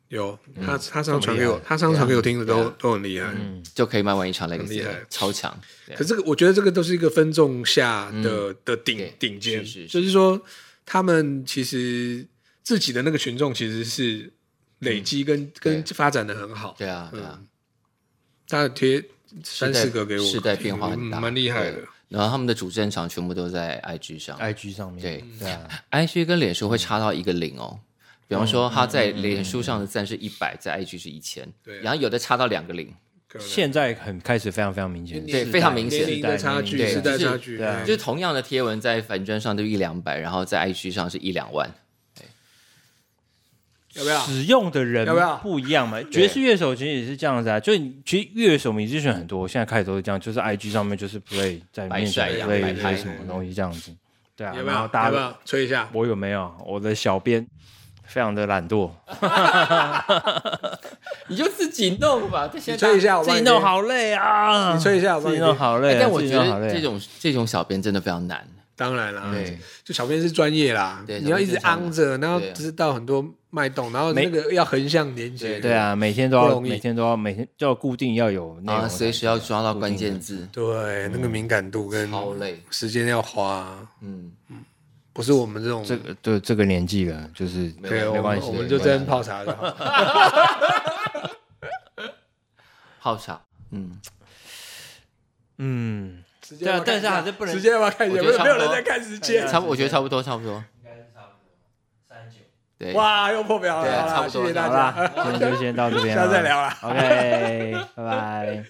Speaker 2: 有他他上传给我，他上传给我
Speaker 3: 啊
Speaker 2: 听的都都很厉害。
Speaker 3: 就可以卖完一场 Legacy
Speaker 2: 厉害
Speaker 3: 了，超强。对啊嗯
Speaker 2: 可是这个，我觉得这个都是一个分众下的、的顶
Speaker 3: 对
Speaker 2: 顶尖，
Speaker 3: 是是
Speaker 2: 就是说他们其实自己的那个群众其实是累积跟、跟发展的很好。
Speaker 3: 嗯对啊，对啊，
Speaker 2: 嗯他有贴三四个给我，
Speaker 3: 世代变化很大，
Speaker 2: 嗯蛮厉害的
Speaker 3: 对。。然后他们的主战场全部都在 IG 上
Speaker 1: IG 上面
Speaker 3: 对
Speaker 1: 对啊，
Speaker 3: ，IG 跟脸书会差到一个零哦。比方说，他在脸书上的赞是一百，在 IG 是一千，
Speaker 2: 对啊
Speaker 3: 然后有的差到两个零，
Speaker 2: 可能
Speaker 1: 现在很开始非常非常明显，
Speaker 3: 对
Speaker 1: 世代
Speaker 3: 非常明显
Speaker 2: 年龄的差距，
Speaker 3: 对
Speaker 2: 时代
Speaker 3: 就是
Speaker 2: 差距，哎
Speaker 1: 对啊
Speaker 3: 就是同样的贴文在粉砖上都一两百，然后在 IG 上是一两万，
Speaker 2: 要不要？
Speaker 1: 使用的人
Speaker 2: 要不要
Speaker 1: 不一样嘛。爵士乐手其实也是这样子啊，就你其实乐手名字选很多，现在开始都是这样，就是 IG 上面就是 play 在面前
Speaker 3: 摆帅呀
Speaker 1: play
Speaker 3: 摆
Speaker 1: 一
Speaker 3: 拍
Speaker 1: 些什么东西这样子，对啊，
Speaker 2: 要不
Speaker 1: 然后
Speaker 2: 要？
Speaker 1: 大
Speaker 2: 要不
Speaker 1: 家
Speaker 2: 要吹一下？
Speaker 1: 我有没有我的小编非常的懒惰，
Speaker 3: 你就自己弄吧。这
Speaker 2: 你
Speaker 3: 现在
Speaker 2: 吹一下，我
Speaker 1: 自
Speaker 2: 帮
Speaker 1: 己
Speaker 2: 你
Speaker 1: 弄
Speaker 2: 听。
Speaker 1: 好累啊，
Speaker 2: 你吹一下我
Speaker 1: 自
Speaker 2: 帮你
Speaker 1: 己
Speaker 2: 听
Speaker 1: 弄好累
Speaker 3: 哎
Speaker 1: 啊，
Speaker 3: 但我
Speaker 1: 自己
Speaker 3: 觉
Speaker 1: 弄好累
Speaker 3: 得
Speaker 1: 啊
Speaker 3: 这种这种小编真的非常难，
Speaker 2: 当然啦，
Speaker 3: 对，
Speaker 2: 就小编是专业啦，
Speaker 3: 对
Speaker 2: 你要一直
Speaker 3: 小编
Speaker 2: 昂
Speaker 3: 是专
Speaker 2: 着，然后
Speaker 3: 对啊
Speaker 2: 知道很多脉动，然后
Speaker 1: 没
Speaker 2: 那个要横向连接，
Speaker 1: 对啊，每天都
Speaker 2: 不
Speaker 1: 要，
Speaker 2: 容易
Speaker 1: 每天都要，每天就要固定要有内
Speaker 3: 然后
Speaker 1: 容，
Speaker 3: 啊随时要抓到关键字，
Speaker 2: 对，
Speaker 1: 嗯
Speaker 2: 那个敏感度跟
Speaker 3: 超累。
Speaker 2: 时间要花，啊
Speaker 3: 嗯，
Speaker 2: 不是我们这种，
Speaker 1: 这个对这个年纪了，就是没
Speaker 2: 对，我
Speaker 1: 关
Speaker 2: 们
Speaker 1: 系，
Speaker 2: 我们就
Speaker 1: 没关
Speaker 2: 真泡茶就好。
Speaker 3: 泡茶，嗯，
Speaker 1: 嗯，
Speaker 2: 时间
Speaker 1: 对
Speaker 2: 要
Speaker 1: 啊
Speaker 2: 要，看
Speaker 1: 但
Speaker 2: 一
Speaker 1: 是
Speaker 2: 下
Speaker 1: 还是不能
Speaker 2: 时间要不要看一下？
Speaker 3: 我
Speaker 2: 没有没有
Speaker 3: 觉得差不
Speaker 2: 人
Speaker 3: 多
Speaker 2: 在看时间，
Speaker 3: 差不，我觉得差不多，差不多。
Speaker 1: 应该是差不多三九。
Speaker 3: 对，
Speaker 2: 哇，又破表
Speaker 3: 对
Speaker 2: 了，
Speaker 3: 啊
Speaker 2: 好啦
Speaker 3: 差不多
Speaker 2: 谢谢大
Speaker 1: 好
Speaker 2: 家，
Speaker 1: 啦，今天就先到这边，
Speaker 2: 下次再聊啦。
Speaker 1: OK，拜拜。